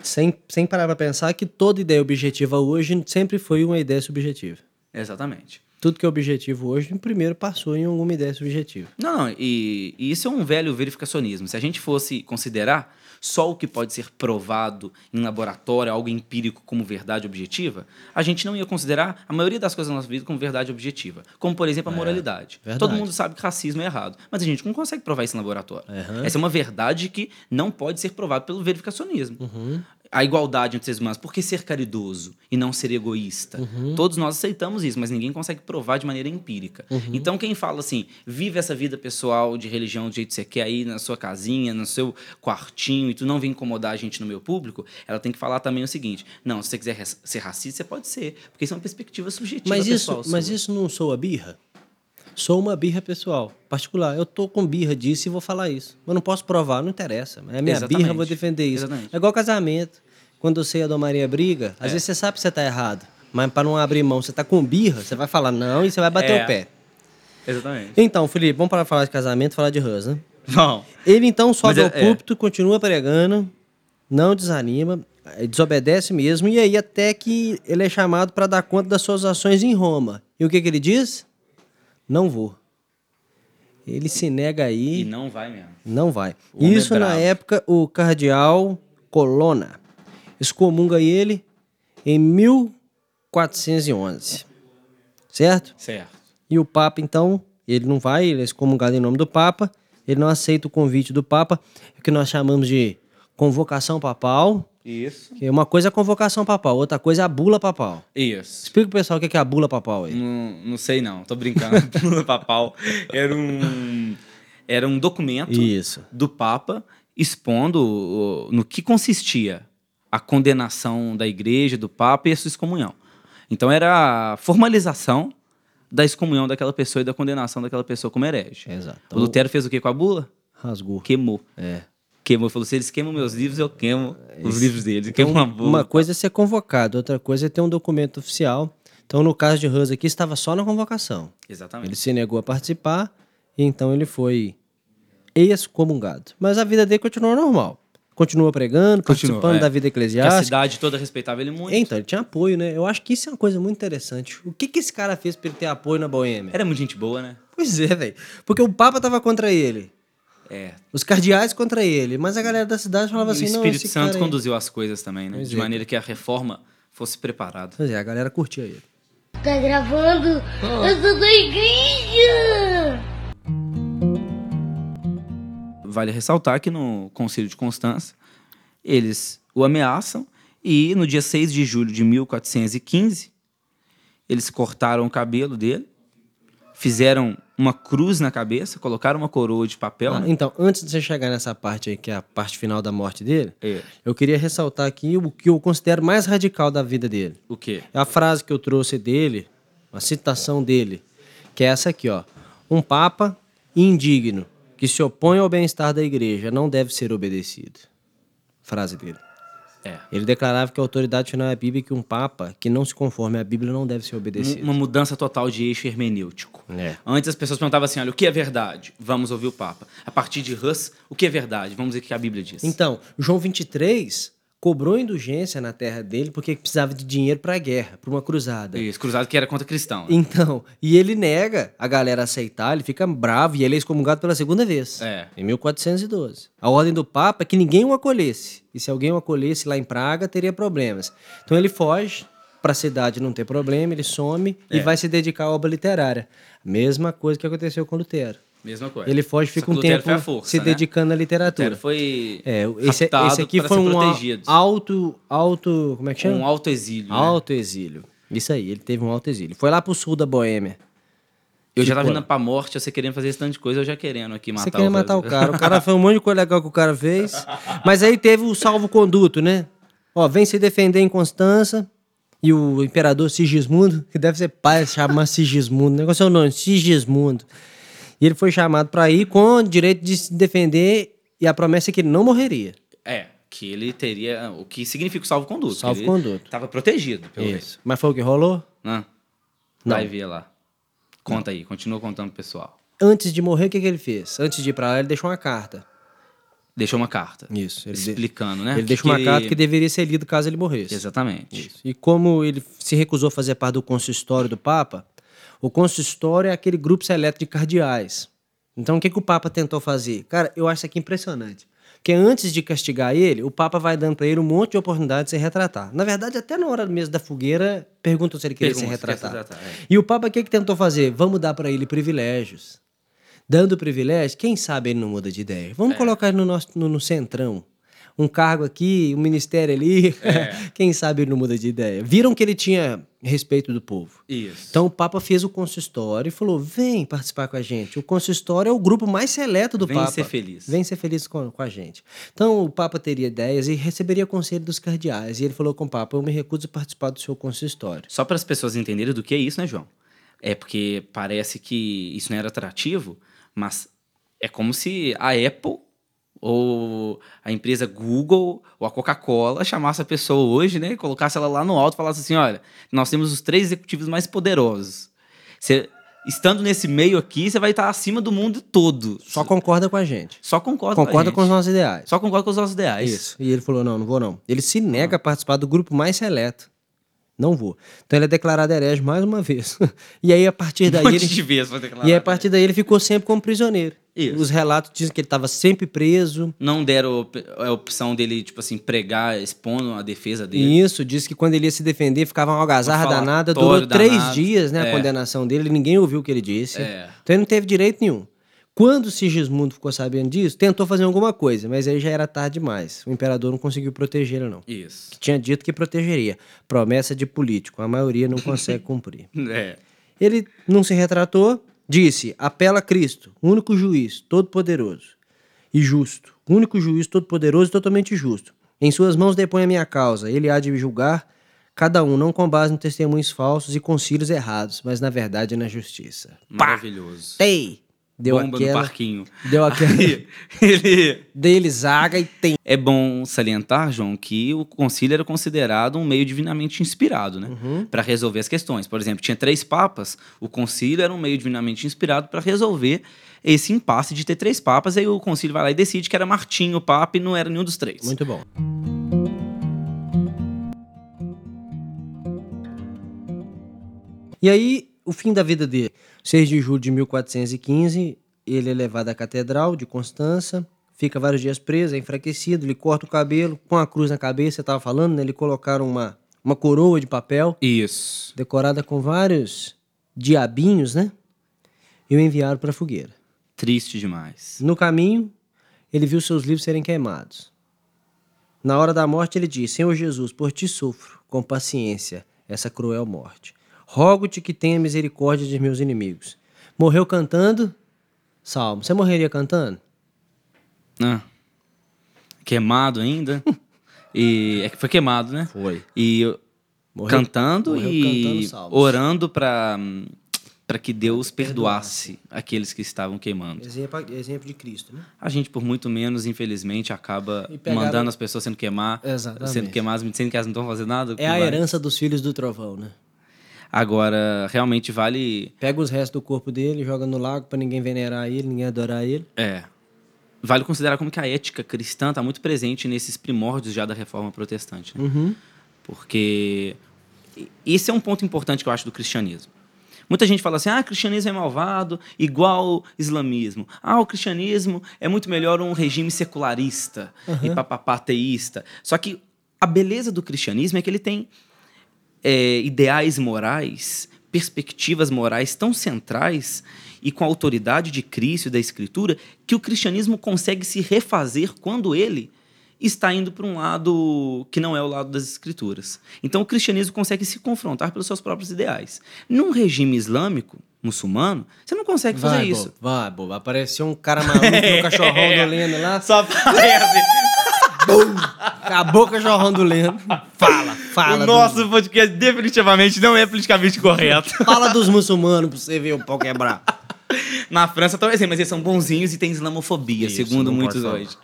[SPEAKER 2] Sem, sem parar pra pensar que toda ideia objetiva hoje sempre foi uma ideia subjetiva.
[SPEAKER 3] Exatamente.
[SPEAKER 2] Tudo que é objetivo hoje, primeiro passou em alguma ideia subjetiva.
[SPEAKER 3] Não, não, e, e isso é um velho verificacionismo. Se a gente fosse considerar só o que pode ser provado em laboratório, algo empírico como verdade objetiva, a gente não ia considerar a maioria das coisas da nossa vida como verdade objetiva. Como, por exemplo, a moralidade.
[SPEAKER 2] verdade.
[SPEAKER 3] Todo mundo sabe que racismo é errado, mas a gente não consegue provar isso em laboratório.
[SPEAKER 2] Aham.
[SPEAKER 3] Essa é uma verdade que não pode ser provada pelo verificacionismo.
[SPEAKER 2] Uhum.
[SPEAKER 3] A igualdade entre os humanos. Por que ser caridoso e não ser egoísta?
[SPEAKER 2] Uhum.
[SPEAKER 3] Todos nós aceitamos isso, mas ninguém consegue provar de maneira empírica.
[SPEAKER 2] Uhum.
[SPEAKER 3] Então, quem fala assim, vive essa vida pessoal de religião do jeito que você quer aí na sua casinha, no seu quartinho, e tu não vem incomodar a gente no meu público, ela tem que falar também o seguinte: não, se você quiser res- ser racista, você pode ser, porque isso é uma perspectiva subjetiva.
[SPEAKER 2] Mas isso,
[SPEAKER 3] pessoal assim, né?
[SPEAKER 2] mas
[SPEAKER 3] sua.
[SPEAKER 2] isso não sou a birra? Sou uma birra pessoal, particular. Eu tô com birra disso e vou falar isso. Mas não posso provar, não interessa. É minha
[SPEAKER 3] Exatamente.
[SPEAKER 2] birra, eu vou defender isso.
[SPEAKER 3] Exatamente. É.
[SPEAKER 2] É igual casamento. Quando você e a Dona Maria briga, às vezes você sabe que você tá errado. Mas para não abrir mão, você tá com birra, você vai falar não e você vai bater
[SPEAKER 3] É.
[SPEAKER 2] o pé.
[SPEAKER 3] Exatamente.
[SPEAKER 2] Então, Felipe, vamos parar de falar de casamento, falar de Hans, né?
[SPEAKER 3] Não.
[SPEAKER 2] Ele então sobe
[SPEAKER 3] Mas
[SPEAKER 2] ao
[SPEAKER 3] é- é.
[SPEAKER 2] púlpito, continua pregando, não desanima, eh, desobedece mesmo, e aí até que ele é chamado para dar conta das suas ações em Roma. E o que, que ele diz? Não vou. Ele se nega aí,
[SPEAKER 3] E
[SPEAKER 2] não,
[SPEAKER 3] não vai mesmo.
[SPEAKER 2] vai.
[SPEAKER 3] O homem é
[SPEAKER 2] Isso na
[SPEAKER 3] bravo.
[SPEAKER 2] época o cardeal Colonna excomunga ele em 1411. Certo?
[SPEAKER 3] Certo.
[SPEAKER 2] E o Papa, então, ele não vai, ele é excomungado em nome do Papa, ele não aceita o convite do Papa, é o que nós chamamos de convocação papal.
[SPEAKER 3] Isso.
[SPEAKER 2] Que uma coisa é a convocação papal, outra coisa é a bula papal.
[SPEAKER 3] Isso.
[SPEAKER 2] Explica pro pessoal o que é a bula papal aí.
[SPEAKER 3] Não, não sei não, tô brincando. Pula papal era um era um documento
[SPEAKER 2] Isso.
[SPEAKER 3] do Papa expondo o- o- no que consistia a condenação da igreja, do Papa e a sua excomunhão. Então era a formalização da excomunhão daquela pessoa e da condenação daquela pessoa como herege.
[SPEAKER 2] Exato.
[SPEAKER 3] O Lutero fez o que com a bula?
[SPEAKER 2] rasgou.
[SPEAKER 3] Queimou. Queimou. Falou, se eles queimam meus livros, eu queimo os livros deles.
[SPEAKER 2] Então,
[SPEAKER 3] Queimam a bula.
[SPEAKER 2] uma coisa é ser convocado, outra coisa é ter um documento oficial. Então, no caso de Hans aqui, estava só na convocação. Ele
[SPEAKER 3] Exatamente.
[SPEAKER 2] se negou a participar, e então ele foi excomungado. Mas a vida dele continuou normal. Continua pregando,
[SPEAKER 3] Continua,
[SPEAKER 2] participando
[SPEAKER 3] é.
[SPEAKER 2] da vida
[SPEAKER 3] Que a
[SPEAKER 2] eclesiástica.
[SPEAKER 3] cidade toda respeitava ele muito.
[SPEAKER 2] Então, ele tinha apoio, né? Eu acho que isso é uma coisa muito interessante. O que, que esse cara fez pra ele ter apoio na Boêmia?
[SPEAKER 3] Era muito gente boa, né?
[SPEAKER 2] Pois é, velho. Porque o Papa tava contra ele.
[SPEAKER 3] É,
[SPEAKER 2] Os cardeais contra ele. Mas a galera da cidade falava assim,
[SPEAKER 3] e o
[SPEAKER 2] não,
[SPEAKER 3] Espírito
[SPEAKER 2] esse
[SPEAKER 3] Santo
[SPEAKER 2] cara aí-
[SPEAKER 3] conduziu as coisas também, né?
[SPEAKER 2] Pois
[SPEAKER 3] de
[SPEAKER 2] é.
[SPEAKER 3] maneira que a reforma fosse preparada.
[SPEAKER 2] Pois é, a galera curtia ele.
[SPEAKER 4] Tá gravando? Eu sou da igreja!
[SPEAKER 3] Vale ressaltar que no Concílio de Constança, eles o ameaçam e no dia 6 de julho de 1415, eles cortaram o cabelo dele, fizeram uma cruz na cabeça, colocaram uma coroa de papel.
[SPEAKER 2] Ah,
[SPEAKER 3] né?
[SPEAKER 2] então, antes de você chegar nessa parte aí, que é a parte final da morte dele,
[SPEAKER 3] É.
[SPEAKER 2] eu queria ressaltar aqui o que eu considero mais radical da vida dele.
[SPEAKER 3] O quê?
[SPEAKER 2] É a frase que eu trouxe dele, uma citação dele, que é essa aqui, ó. Um papa indigno que se opõe ao bem-estar da igreja não deve ser obedecido. Frase dele.
[SPEAKER 3] É.
[SPEAKER 2] Ele declarava que a autoridade final é a Bíblia e que um papa que não se conforme à Bíblia não deve ser obedecido.
[SPEAKER 3] Uma mudança total de eixo hermenêutico.
[SPEAKER 2] É.
[SPEAKER 3] Antes as pessoas perguntavam assim: olha, o que é verdade? Vamos ouvir o Papa. A partir de Hus, o que é verdade? Vamos ver o que a Bíblia diz.
[SPEAKER 2] Então, João 23 cobrou indulgência na terra dele porque precisava de dinheiro para a guerra, para uma cruzada.
[SPEAKER 3] Isso, cruzado que era contra cristão. né?
[SPEAKER 2] é. Então, e ele nega a galera aceitar, ele fica bravo e ele é excomungado pela segunda vez.
[SPEAKER 3] É.
[SPEAKER 2] Em 1412. A ordem do Papa é que ninguém o acolhesse. E se alguém o acolhesse lá em Praga, teria problemas. Então ele foge pra cidade não ter problema, ele some
[SPEAKER 3] É.
[SPEAKER 2] e vai se dedicar à obra literária. Mesma coisa que aconteceu com Lutero.
[SPEAKER 3] Mesma coisa.
[SPEAKER 2] Ele foge,
[SPEAKER 3] Só
[SPEAKER 2] fica
[SPEAKER 3] que
[SPEAKER 2] um
[SPEAKER 3] Lutero
[SPEAKER 2] tempo
[SPEAKER 3] foi à força,
[SPEAKER 2] se
[SPEAKER 3] né?
[SPEAKER 2] dedicando à literatura.
[SPEAKER 3] Lutero foi
[SPEAKER 2] É, esse,
[SPEAKER 3] raptado
[SPEAKER 2] esse aqui
[SPEAKER 3] para
[SPEAKER 2] foi
[SPEAKER 3] ser
[SPEAKER 2] um a-
[SPEAKER 3] protegido.
[SPEAKER 2] alto, alto, como é que chama?
[SPEAKER 3] um alto exílio. né?
[SPEAKER 2] Alto exílio. Isso aí, ele teve um alto exílio. Foi lá pro sul da Boêmia.
[SPEAKER 3] Eu já tava
[SPEAKER 2] Tipo,
[SPEAKER 3] indo pra morte, você querendo fazer esse tanto de coisa, eu já querendo aqui matar
[SPEAKER 2] Você queria
[SPEAKER 3] o
[SPEAKER 2] matar o
[SPEAKER 3] brasileiro.
[SPEAKER 2] cara. O cara foi um monte de coisa legal que o cara fez. Mas aí teve o salvo-conduto, né? Ó, vem se defender em Constança. E o imperador Sigismundo, que deve ser pai, chama Sigismundo. O negócio é o nome, Sigismundo. E ele foi chamado pra ir com o direito de se defender e a promessa é que ele não morreria.
[SPEAKER 3] É, que ele teria. O que significa o salvo-conduto? que
[SPEAKER 2] Salvo-conduto.
[SPEAKER 3] ele Tava protegido, pelo menos.
[SPEAKER 2] Mas foi o que rolou?
[SPEAKER 3] Né?
[SPEAKER 2] Não.
[SPEAKER 3] Vai ver lá. Conta aí, continua contando pro pessoal.
[SPEAKER 2] Antes de morrer, o que, que ele fez? Antes de ir pra lá, ele deixou uma carta.
[SPEAKER 3] Deixou uma carta.
[SPEAKER 2] Isso, ele de-
[SPEAKER 3] explicando, né?
[SPEAKER 2] Ele
[SPEAKER 3] Que
[SPEAKER 2] deixou uma
[SPEAKER 3] que-
[SPEAKER 2] carta que deveria ser lida caso ele morresse.
[SPEAKER 3] Exatamente.
[SPEAKER 2] E como ele se recusou a fazer parte do consistório do Papa, o consistório é aquele grupo seleto de cardeais. Então, o que, que o Papa tentou fazer? Cara, eu acho isso aqui impressionante. Porque antes de castigar ele, o Papa vai dando pra ele um monte de oportunidade de se retratar. Na verdade, até na hora mesmo da fogueira, perguntam se ele queria se
[SPEAKER 3] Pergunta, se quer se
[SPEAKER 2] retratar.
[SPEAKER 3] retratar, é.
[SPEAKER 2] E o Papa o que, que tentou fazer? Vamos dar pra ele privilégios. Dando privilégio, quem sabe ele não muda de ideia.
[SPEAKER 3] É.
[SPEAKER 2] Vamos colocar ele no, nosso, no, no centrão. Um cargo aqui, um ministério ali.
[SPEAKER 3] É.
[SPEAKER 2] quem sabe ele não muda de ideia. Viram que ele tinha respeito do povo.
[SPEAKER 3] Isso.
[SPEAKER 2] Então o Papa fez o consistório e falou: vem participar com a gente. O consistório é o grupo mais seleto do
[SPEAKER 3] Vem
[SPEAKER 2] Papa.
[SPEAKER 3] ser feliz.
[SPEAKER 2] Vem ser feliz com, com a gente. Então o Papa teria ideias e receberia conselho dos cardeais. E ele falou com o Papa: eu me recuso a participar do seu consistório.
[SPEAKER 3] Só para as pessoas entenderem do que é isso, né, João? É porque parece que isso não era atrativo, mas é como se a Apple ou a empresa Google ou a Coca-Cola chamasse a pessoa hoje, né, e colocasse ela lá no alto e falasse assim, olha, nós temos os três executivos mais poderosos. Você estando nesse meio aqui, você vai estar acima do mundo todo.
[SPEAKER 2] Só concorda com a gente.
[SPEAKER 3] só concorda, a
[SPEAKER 2] Concorda
[SPEAKER 3] gente.
[SPEAKER 2] com os nossos ideais.
[SPEAKER 3] Só concorda com os nossos ideais.
[SPEAKER 2] Isso. E ele falou: não, não vou não. Ele se nega a participar do grupo mais seleto. Não vou. Então ele é declarado herege mais uma vez. e aí, a partir daí.
[SPEAKER 3] Um monte
[SPEAKER 2] ele...
[SPEAKER 3] de vezes vai declarar.
[SPEAKER 2] E é aí, a partir daí, ele ficou sempre como prisioneiro.
[SPEAKER 3] Isso.
[SPEAKER 2] Os relatos dizem que ele estava sempre preso.
[SPEAKER 3] não deram op- a opção dele, tipo assim, pregar, expondo a defesa dele.
[SPEAKER 2] E isso diz que quando ele ia se defender, ficava uma algazarra
[SPEAKER 3] Uma
[SPEAKER 2] danada. Durou
[SPEAKER 3] falatório
[SPEAKER 2] três
[SPEAKER 3] danado.
[SPEAKER 2] dias, né? A
[SPEAKER 3] É.
[SPEAKER 2] condenação dele, ninguém ouviu o que ele disse.
[SPEAKER 3] É.
[SPEAKER 2] Então ele não teve direito nenhum. Quando Sigismundo ficou sabendo disso, tentou fazer alguma coisa, mas aí já era tarde demais. O imperador não conseguiu proteger ele, não.
[SPEAKER 3] Isso.
[SPEAKER 2] tinha dito que protegeria. Promessa de político, a maioria não consegue cumprir.
[SPEAKER 3] É.
[SPEAKER 2] Ele não se retratou, disse: apela a Cristo, único juiz, todo-poderoso e justo. Único juiz, todo-poderoso e totalmente justo. Em suas mãos depõe a minha causa, ele há de julgar cada um, não com base em testemunhos falsos e concílios errados, mas na verdade e na justiça.
[SPEAKER 3] Maravilhoso.
[SPEAKER 2] Tei! Deu
[SPEAKER 3] Bomba no
[SPEAKER 2] aquela.
[SPEAKER 3] parquinho.
[SPEAKER 2] Deu aquela.
[SPEAKER 3] Aí, ele...
[SPEAKER 2] dele zaga e tem.
[SPEAKER 3] É bom salientar, João, que o concílio era considerado um meio divinamente inspirado, né?
[SPEAKER 2] Uhum.
[SPEAKER 3] Para resolver as questões. Por exemplo, tinha três papas, o concílio era um meio divinamente inspirado para resolver esse impasse de ter três papas, aí o concílio vai lá e decide que era Martinho o papa e não era nenhum dos três.
[SPEAKER 2] Muito bom. E aí, o fim da vida dele. 6 de julho de 1415, ele é levado à catedral de Constança, fica vários dias preso, é enfraquecido, ele corta o cabelo, com a cruz na cabeça, você estava falando, né? Ele colocaram uma, uma coroa de papel
[SPEAKER 3] Isso.
[SPEAKER 2] decorada com vários diabinhos, né? E o enviaram para a fogueira.
[SPEAKER 3] Triste demais.
[SPEAKER 2] No caminho, ele viu seus livros serem queimados. Na hora da morte, ele disse: Senhor Jesus, por ti sofro, com paciência, essa cruel morte. Rogo-te que tenha misericórdia de meus inimigos. Morreu cantando? Salmo. Você morreria cantando?
[SPEAKER 3] Ah. Queimado ainda. e é que foi queimado, né?
[SPEAKER 2] Foi.
[SPEAKER 3] E eu-
[SPEAKER 2] Morreu-
[SPEAKER 3] cantando
[SPEAKER 2] morreu
[SPEAKER 3] e
[SPEAKER 2] cantando salmos.
[SPEAKER 3] orando para para que Deus perdoasse aqueles que estavam queimando.
[SPEAKER 2] Exemplo, exemplo de Cristo, né?
[SPEAKER 3] A gente, por muito menos, infelizmente, acaba
[SPEAKER 2] E pegaram-
[SPEAKER 3] mandando as pessoas sendo queimar,
[SPEAKER 2] Exatamente.
[SPEAKER 3] sendo queimadas, sendo que elas não estão fazendo nada.
[SPEAKER 2] É
[SPEAKER 3] com
[SPEAKER 2] a
[SPEAKER 3] vai.
[SPEAKER 2] herança dos filhos do trovão, né?
[SPEAKER 3] Agora, realmente vale,
[SPEAKER 2] Pega os restos do corpo dele, joga no lago pra ninguém venerar ele, ninguém adorar ele.
[SPEAKER 3] é, vale considerar como que a ética cristã está muito presente nesses primórdios já da Reforma Protestante, né? porque e- esse é um ponto importante que eu acho do cristianismo. Muita gente fala assim, ah, cristianismo é malvado, igual islamismo. Ah, o cristianismo é muito melhor um regime secularista e papapá ateísta. Só que a beleza do cristianismo é que ele tem é, ideais morais, perspectivas morais tão centrais e com a autoridade de Cristo e da Escritura que o cristianismo consegue se refazer quando ele está indo para um lado que não é o lado das Escrituras. Então o cristianismo consegue se confrontar pelos seus próprios ideais. Num regime islâmico, muçulmano, você não consegue fazer
[SPEAKER 2] Vai,
[SPEAKER 3] isso.
[SPEAKER 2] bobo, vai, bobo. Apareceu um cara maluco no cachorrão do Leno lá.
[SPEAKER 3] Só parece.
[SPEAKER 2] Acabou o cachorrão do Leno. Fala, fala.
[SPEAKER 3] o
[SPEAKER 2] do-
[SPEAKER 3] nosso podcast definitivamente não é politicamente correto.
[SPEAKER 2] Fala dos muçulmanos pra você ver o pau quebrar.
[SPEAKER 3] Na França, talvez, mas eles são bonzinhos e tem islamofobia,
[SPEAKER 2] Isso,
[SPEAKER 3] segundo
[SPEAKER 2] não
[SPEAKER 3] muitos
[SPEAKER 2] pode falar.
[SPEAKER 3] hoje.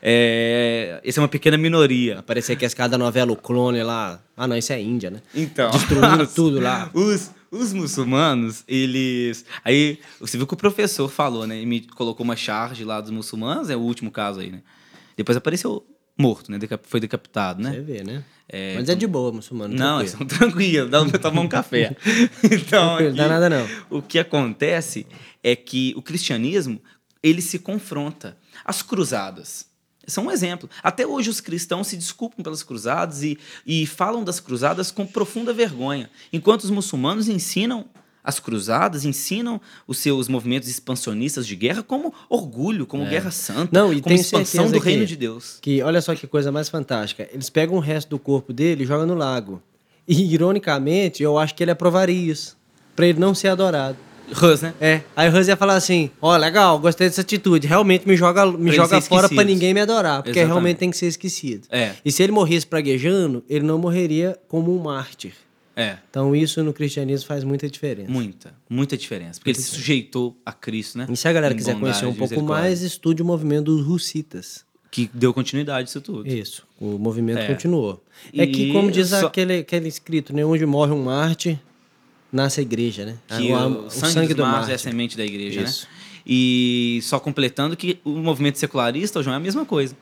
[SPEAKER 3] É, essa é uma pequena minoria.
[SPEAKER 2] Parecia que as caras da novela O Clone lá. Ah, não, isso é Índia, né?
[SPEAKER 3] Então,
[SPEAKER 2] Destruindo tudo lá.
[SPEAKER 3] Os, os muçulmanos, eles. Aí, você viu que o professor falou, né? E me colocou uma charge lá dos muçulmanos, é o último caso aí, né? Depois apareceu morto, né? decap- Foi decapitado, né?
[SPEAKER 2] Você vê, né? Mas é de boa, muçulmano.
[SPEAKER 3] então- Não, eles
[SPEAKER 2] tranquilo.
[SPEAKER 3] são tranquilos, dá pra tomar um café. Então,
[SPEAKER 2] Tranquilo, dá nada não.
[SPEAKER 3] o que acontece é que o cristianismo, ele se confronta. As cruzadas são um exemplo. Até hoje os cristãos se desculpam pelas cruzadas e, e falam das cruzadas com profunda vergonha, enquanto os muçulmanos ensinam as cruzadas, ensinam os seus movimentos expansionistas de guerra como orgulho, como guerra santa,
[SPEAKER 2] É. Não, e
[SPEAKER 3] como
[SPEAKER 2] tenho
[SPEAKER 3] expansão
[SPEAKER 2] certeza
[SPEAKER 3] do
[SPEAKER 2] que-
[SPEAKER 3] reino de Deus.
[SPEAKER 2] Que olha só que coisa mais fantástica. Eles pegam o resto do corpo dele e jogam no lago. E, ironicamente, eu acho que ele aprovaria isso. Pra ele não ser adorado.
[SPEAKER 3] Rus, né?
[SPEAKER 2] É. Aí o Hans ia falar assim: Ó, legal, gostei dessa atitude. Realmente me joga, me
[SPEAKER 3] eles
[SPEAKER 2] joga
[SPEAKER 3] ser
[SPEAKER 2] fora pra
[SPEAKER 3] esquecidos.
[SPEAKER 2] ninguém me adorar. Porque
[SPEAKER 3] Exatamente.
[SPEAKER 2] realmente tem que ser esquecido.
[SPEAKER 3] É.
[SPEAKER 2] E se ele morresse praguejando, ele não morreria como um mártir.
[SPEAKER 3] É.
[SPEAKER 2] Então isso no cristianismo faz muita diferença.
[SPEAKER 3] Muita, muita diferença. Porque ele se sujeitou a Cristo, né?
[SPEAKER 2] E se a galera
[SPEAKER 3] Em
[SPEAKER 2] quiser
[SPEAKER 3] bondade,
[SPEAKER 2] conhecer um pouco
[SPEAKER 3] misericórdia.
[SPEAKER 2] mais, estude o movimento dos russitas.
[SPEAKER 3] Que deu continuidade isso tudo.
[SPEAKER 2] Isso, o movimento
[SPEAKER 3] É.
[SPEAKER 2] continuou. É que,
[SPEAKER 3] E
[SPEAKER 2] como diz
[SPEAKER 3] só-
[SPEAKER 2] aquele, aquele escrito, né? Onde morre um Marte, nasce a igreja, né?
[SPEAKER 3] Que
[SPEAKER 2] Ah,
[SPEAKER 3] É, o, sangue, dos mártires é a semente da igreja,
[SPEAKER 2] Isso.
[SPEAKER 3] né? E só completando que o movimento secularista, João, é a mesma coisa.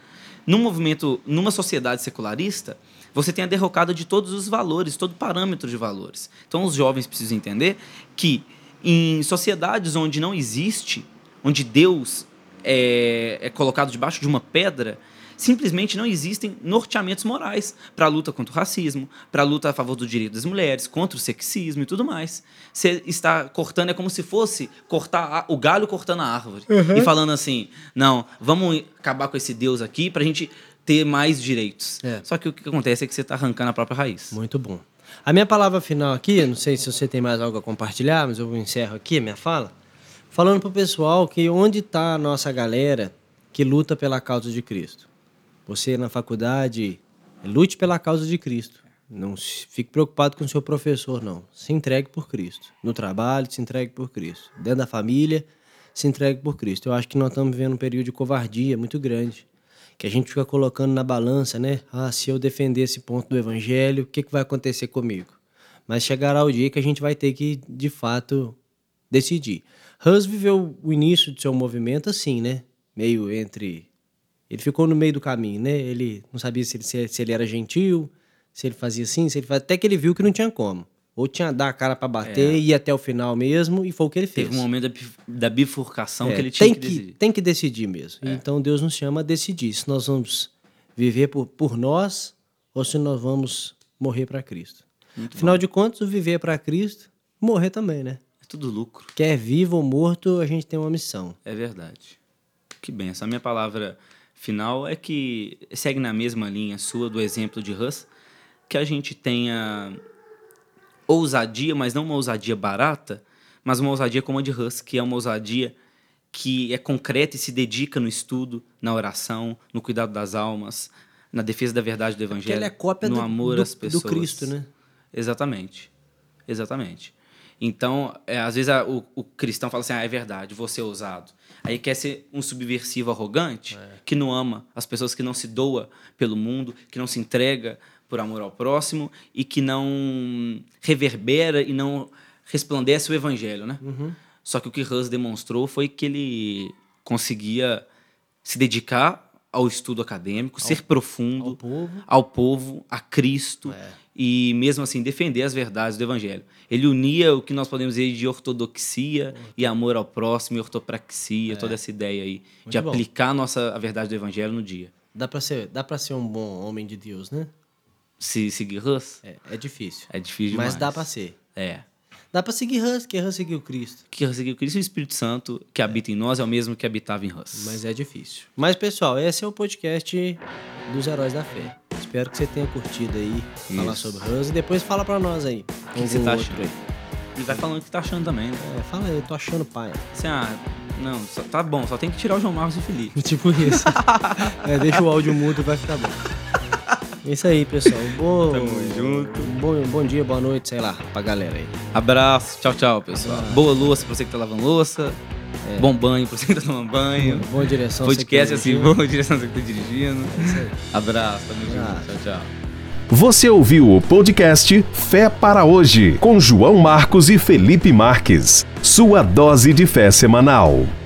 [SPEAKER 3] Num movimento, numa sociedade secularista, você tem a derrocada de todos os valores, todo parâmetro de valores. Então os jovens precisam entender que em sociedades onde não existe, onde Deus é, é colocado debaixo de uma pedra, simplesmente não existem norteamentos morais para a luta contra o racismo, para a luta a favor do direito das mulheres, contra o sexismo e tudo mais. Você está cortando, é como se fosse cortar a- o galho cortando a árvore
[SPEAKER 2] Uhum.
[SPEAKER 3] e falando assim: não, vamos acabar com esse Deus aqui para a gente ter mais direitos.
[SPEAKER 2] É.
[SPEAKER 3] Só que o que acontece é que você está arrancando a própria raiz.
[SPEAKER 2] Muito bom. A minha palavra final aqui, eu não sei se você tem mais algo a compartilhar, mas eu encerro aqui a minha fala, falando pro pessoal que onde está a nossa galera que luta pela causa de Cristo. Você na faculdade, lute pela causa de Cristo. Não se- fique preocupado com o seu professor, não. Se entregue por Cristo. No trabalho, se entregue por Cristo. Dentro da família, se entregue por Cristo. Eu acho que nós estamos vivendo um período de covardia muito grande que a gente fica colocando na balança, né? Ah, se eu defender esse ponto do evangelho, o que, que vai acontecer comigo? Mas chegará o dia que a gente vai ter que, de fato, decidir. Hus viveu o início do seu movimento assim, né? Meio entre. Ele ficou no meio do caminho, né? Ele não sabia se ele, se- se ele era gentil, se ele fazia assim, se ele fazia... até que ele viu que não tinha como. Ou tinha dar a cara pra bater, ir até o final mesmo, e foi o que ele fez.
[SPEAKER 3] É. Teve um momento da bif- da bifurcação
[SPEAKER 2] É,
[SPEAKER 3] que ele tinha
[SPEAKER 2] tem
[SPEAKER 3] que decidir. É.
[SPEAKER 2] Tem que decidir mesmo. Então Deus nos chama a decidir se nós vamos viver por, por nós ou se nós vamos morrer para Cristo. Afinal de contas, o viver para Cristo, morrer também, né?
[SPEAKER 3] É tudo lucro.
[SPEAKER 2] Quer vivo ou morto, a gente tem uma missão.
[SPEAKER 3] É verdade. Que bem, essa minha palavra final é que segue na mesma linha sua do exemplo de Hus, que a gente tenha ousadia, mas não uma ousadia barata, mas uma ousadia como a de Hus, que é uma ousadia que é concreta e se dedica no estudo, na oração, no cuidado das almas, na defesa da verdade do evangelho,
[SPEAKER 2] ela é cópia
[SPEAKER 3] no
[SPEAKER 2] do-
[SPEAKER 3] amor
[SPEAKER 2] do-
[SPEAKER 3] às
[SPEAKER 2] do
[SPEAKER 3] pessoas.
[SPEAKER 2] Cristo, né?
[SPEAKER 3] Exatamente. Exatamente. Então, é, às vezes a- o, o cristão fala assim: ah, é verdade, vou ser ousado. Aí quer ser um subversivo arrogante que não ama as pessoas, que não se doa pelo mundo, que não se entrega por amor ao próximo e que não reverbera e não resplandece o evangelho, né? Só que o que Hus demonstrou foi que ele conseguia se dedicar ao estudo acadêmico, ser profundo,
[SPEAKER 2] ao povo.
[SPEAKER 3] ao povo, a Cristo
[SPEAKER 2] É.
[SPEAKER 3] e mesmo assim defender as verdades do Evangelho. Ele unia o que nós podemos dizer de ortodoxia e amor ao próximo, e ortopraxia, toda essa ideia aí de
[SPEAKER 2] É. bom.
[SPEAKER 3] aplicar a nossa a verdade do Evangelho no dia.
[SPEAKER 2] Dá pra ser, dá para ser um bom homem de Deus, né?
[SPEAKER 3] Se seguir Hus,
[SPEAKER 2] É, é difícil.
[SPEAKER 3] é difícil demais.
[SPEAKER 2] Mas dá pra ser.
[SPEAKER 3] É.
[SPEAKER 2] Dá pra seguir Hans, que Hans seguiu Cristo.
[SPEAKER 3] Que seguir Cristo e o Espírito Santo que habita em nós é o mesmo que habitava em Hus.
[SPEAKER 2] Mas é difícil. Mas, pessoal, esse é o podcast dos Heróis da Fé. Espero que você tenha curtido aí falar
[SPEAKER 3] Isso.
[SPEAKER 2] sobre Hans e depois fala pra nós aí.
[SPEAKER 3] O que que você tá achando? E vai falando o que tá achando também, né?
[SPEAKER 2] É, fala aí, eu tô achando pai.
[SPEAKER 3] Assim, ah, não, só- tá bom, só tem que tirar o João Marcos e o Felipe.
[SPEAKER 2] Tipo isso. É, deixa o áudio mudo, vai ficar bom. É isso aí, pessoal. Bom,
[SPEAKER 3] Tamo junto.
[SPEAKER 2] Bom, bom dia, boa noite, sei lá, pra galera aí.
[SPEAKER 3] Abraço, tchau, tchau, pessoal. Boa louça pra você que tá lavando louça. Bom banho pra você que tá tomando banho.
[SPEAKER 2] Boa direção.
[SPEAKER 3] Podcast
[SPEAKER 2] você que
[SPEAKER 3] assim,
[SPEAKER 2] ouviu.
[SPEAKER 3] boa direção você que tá dirigindo. Abraço, tamo junto. Tchau, tchau.
[SPEAKER 1] Você ouviu o podcast Fé para Hoje, com João Marcos e Felipe Marques. Sua dose de fé semanal.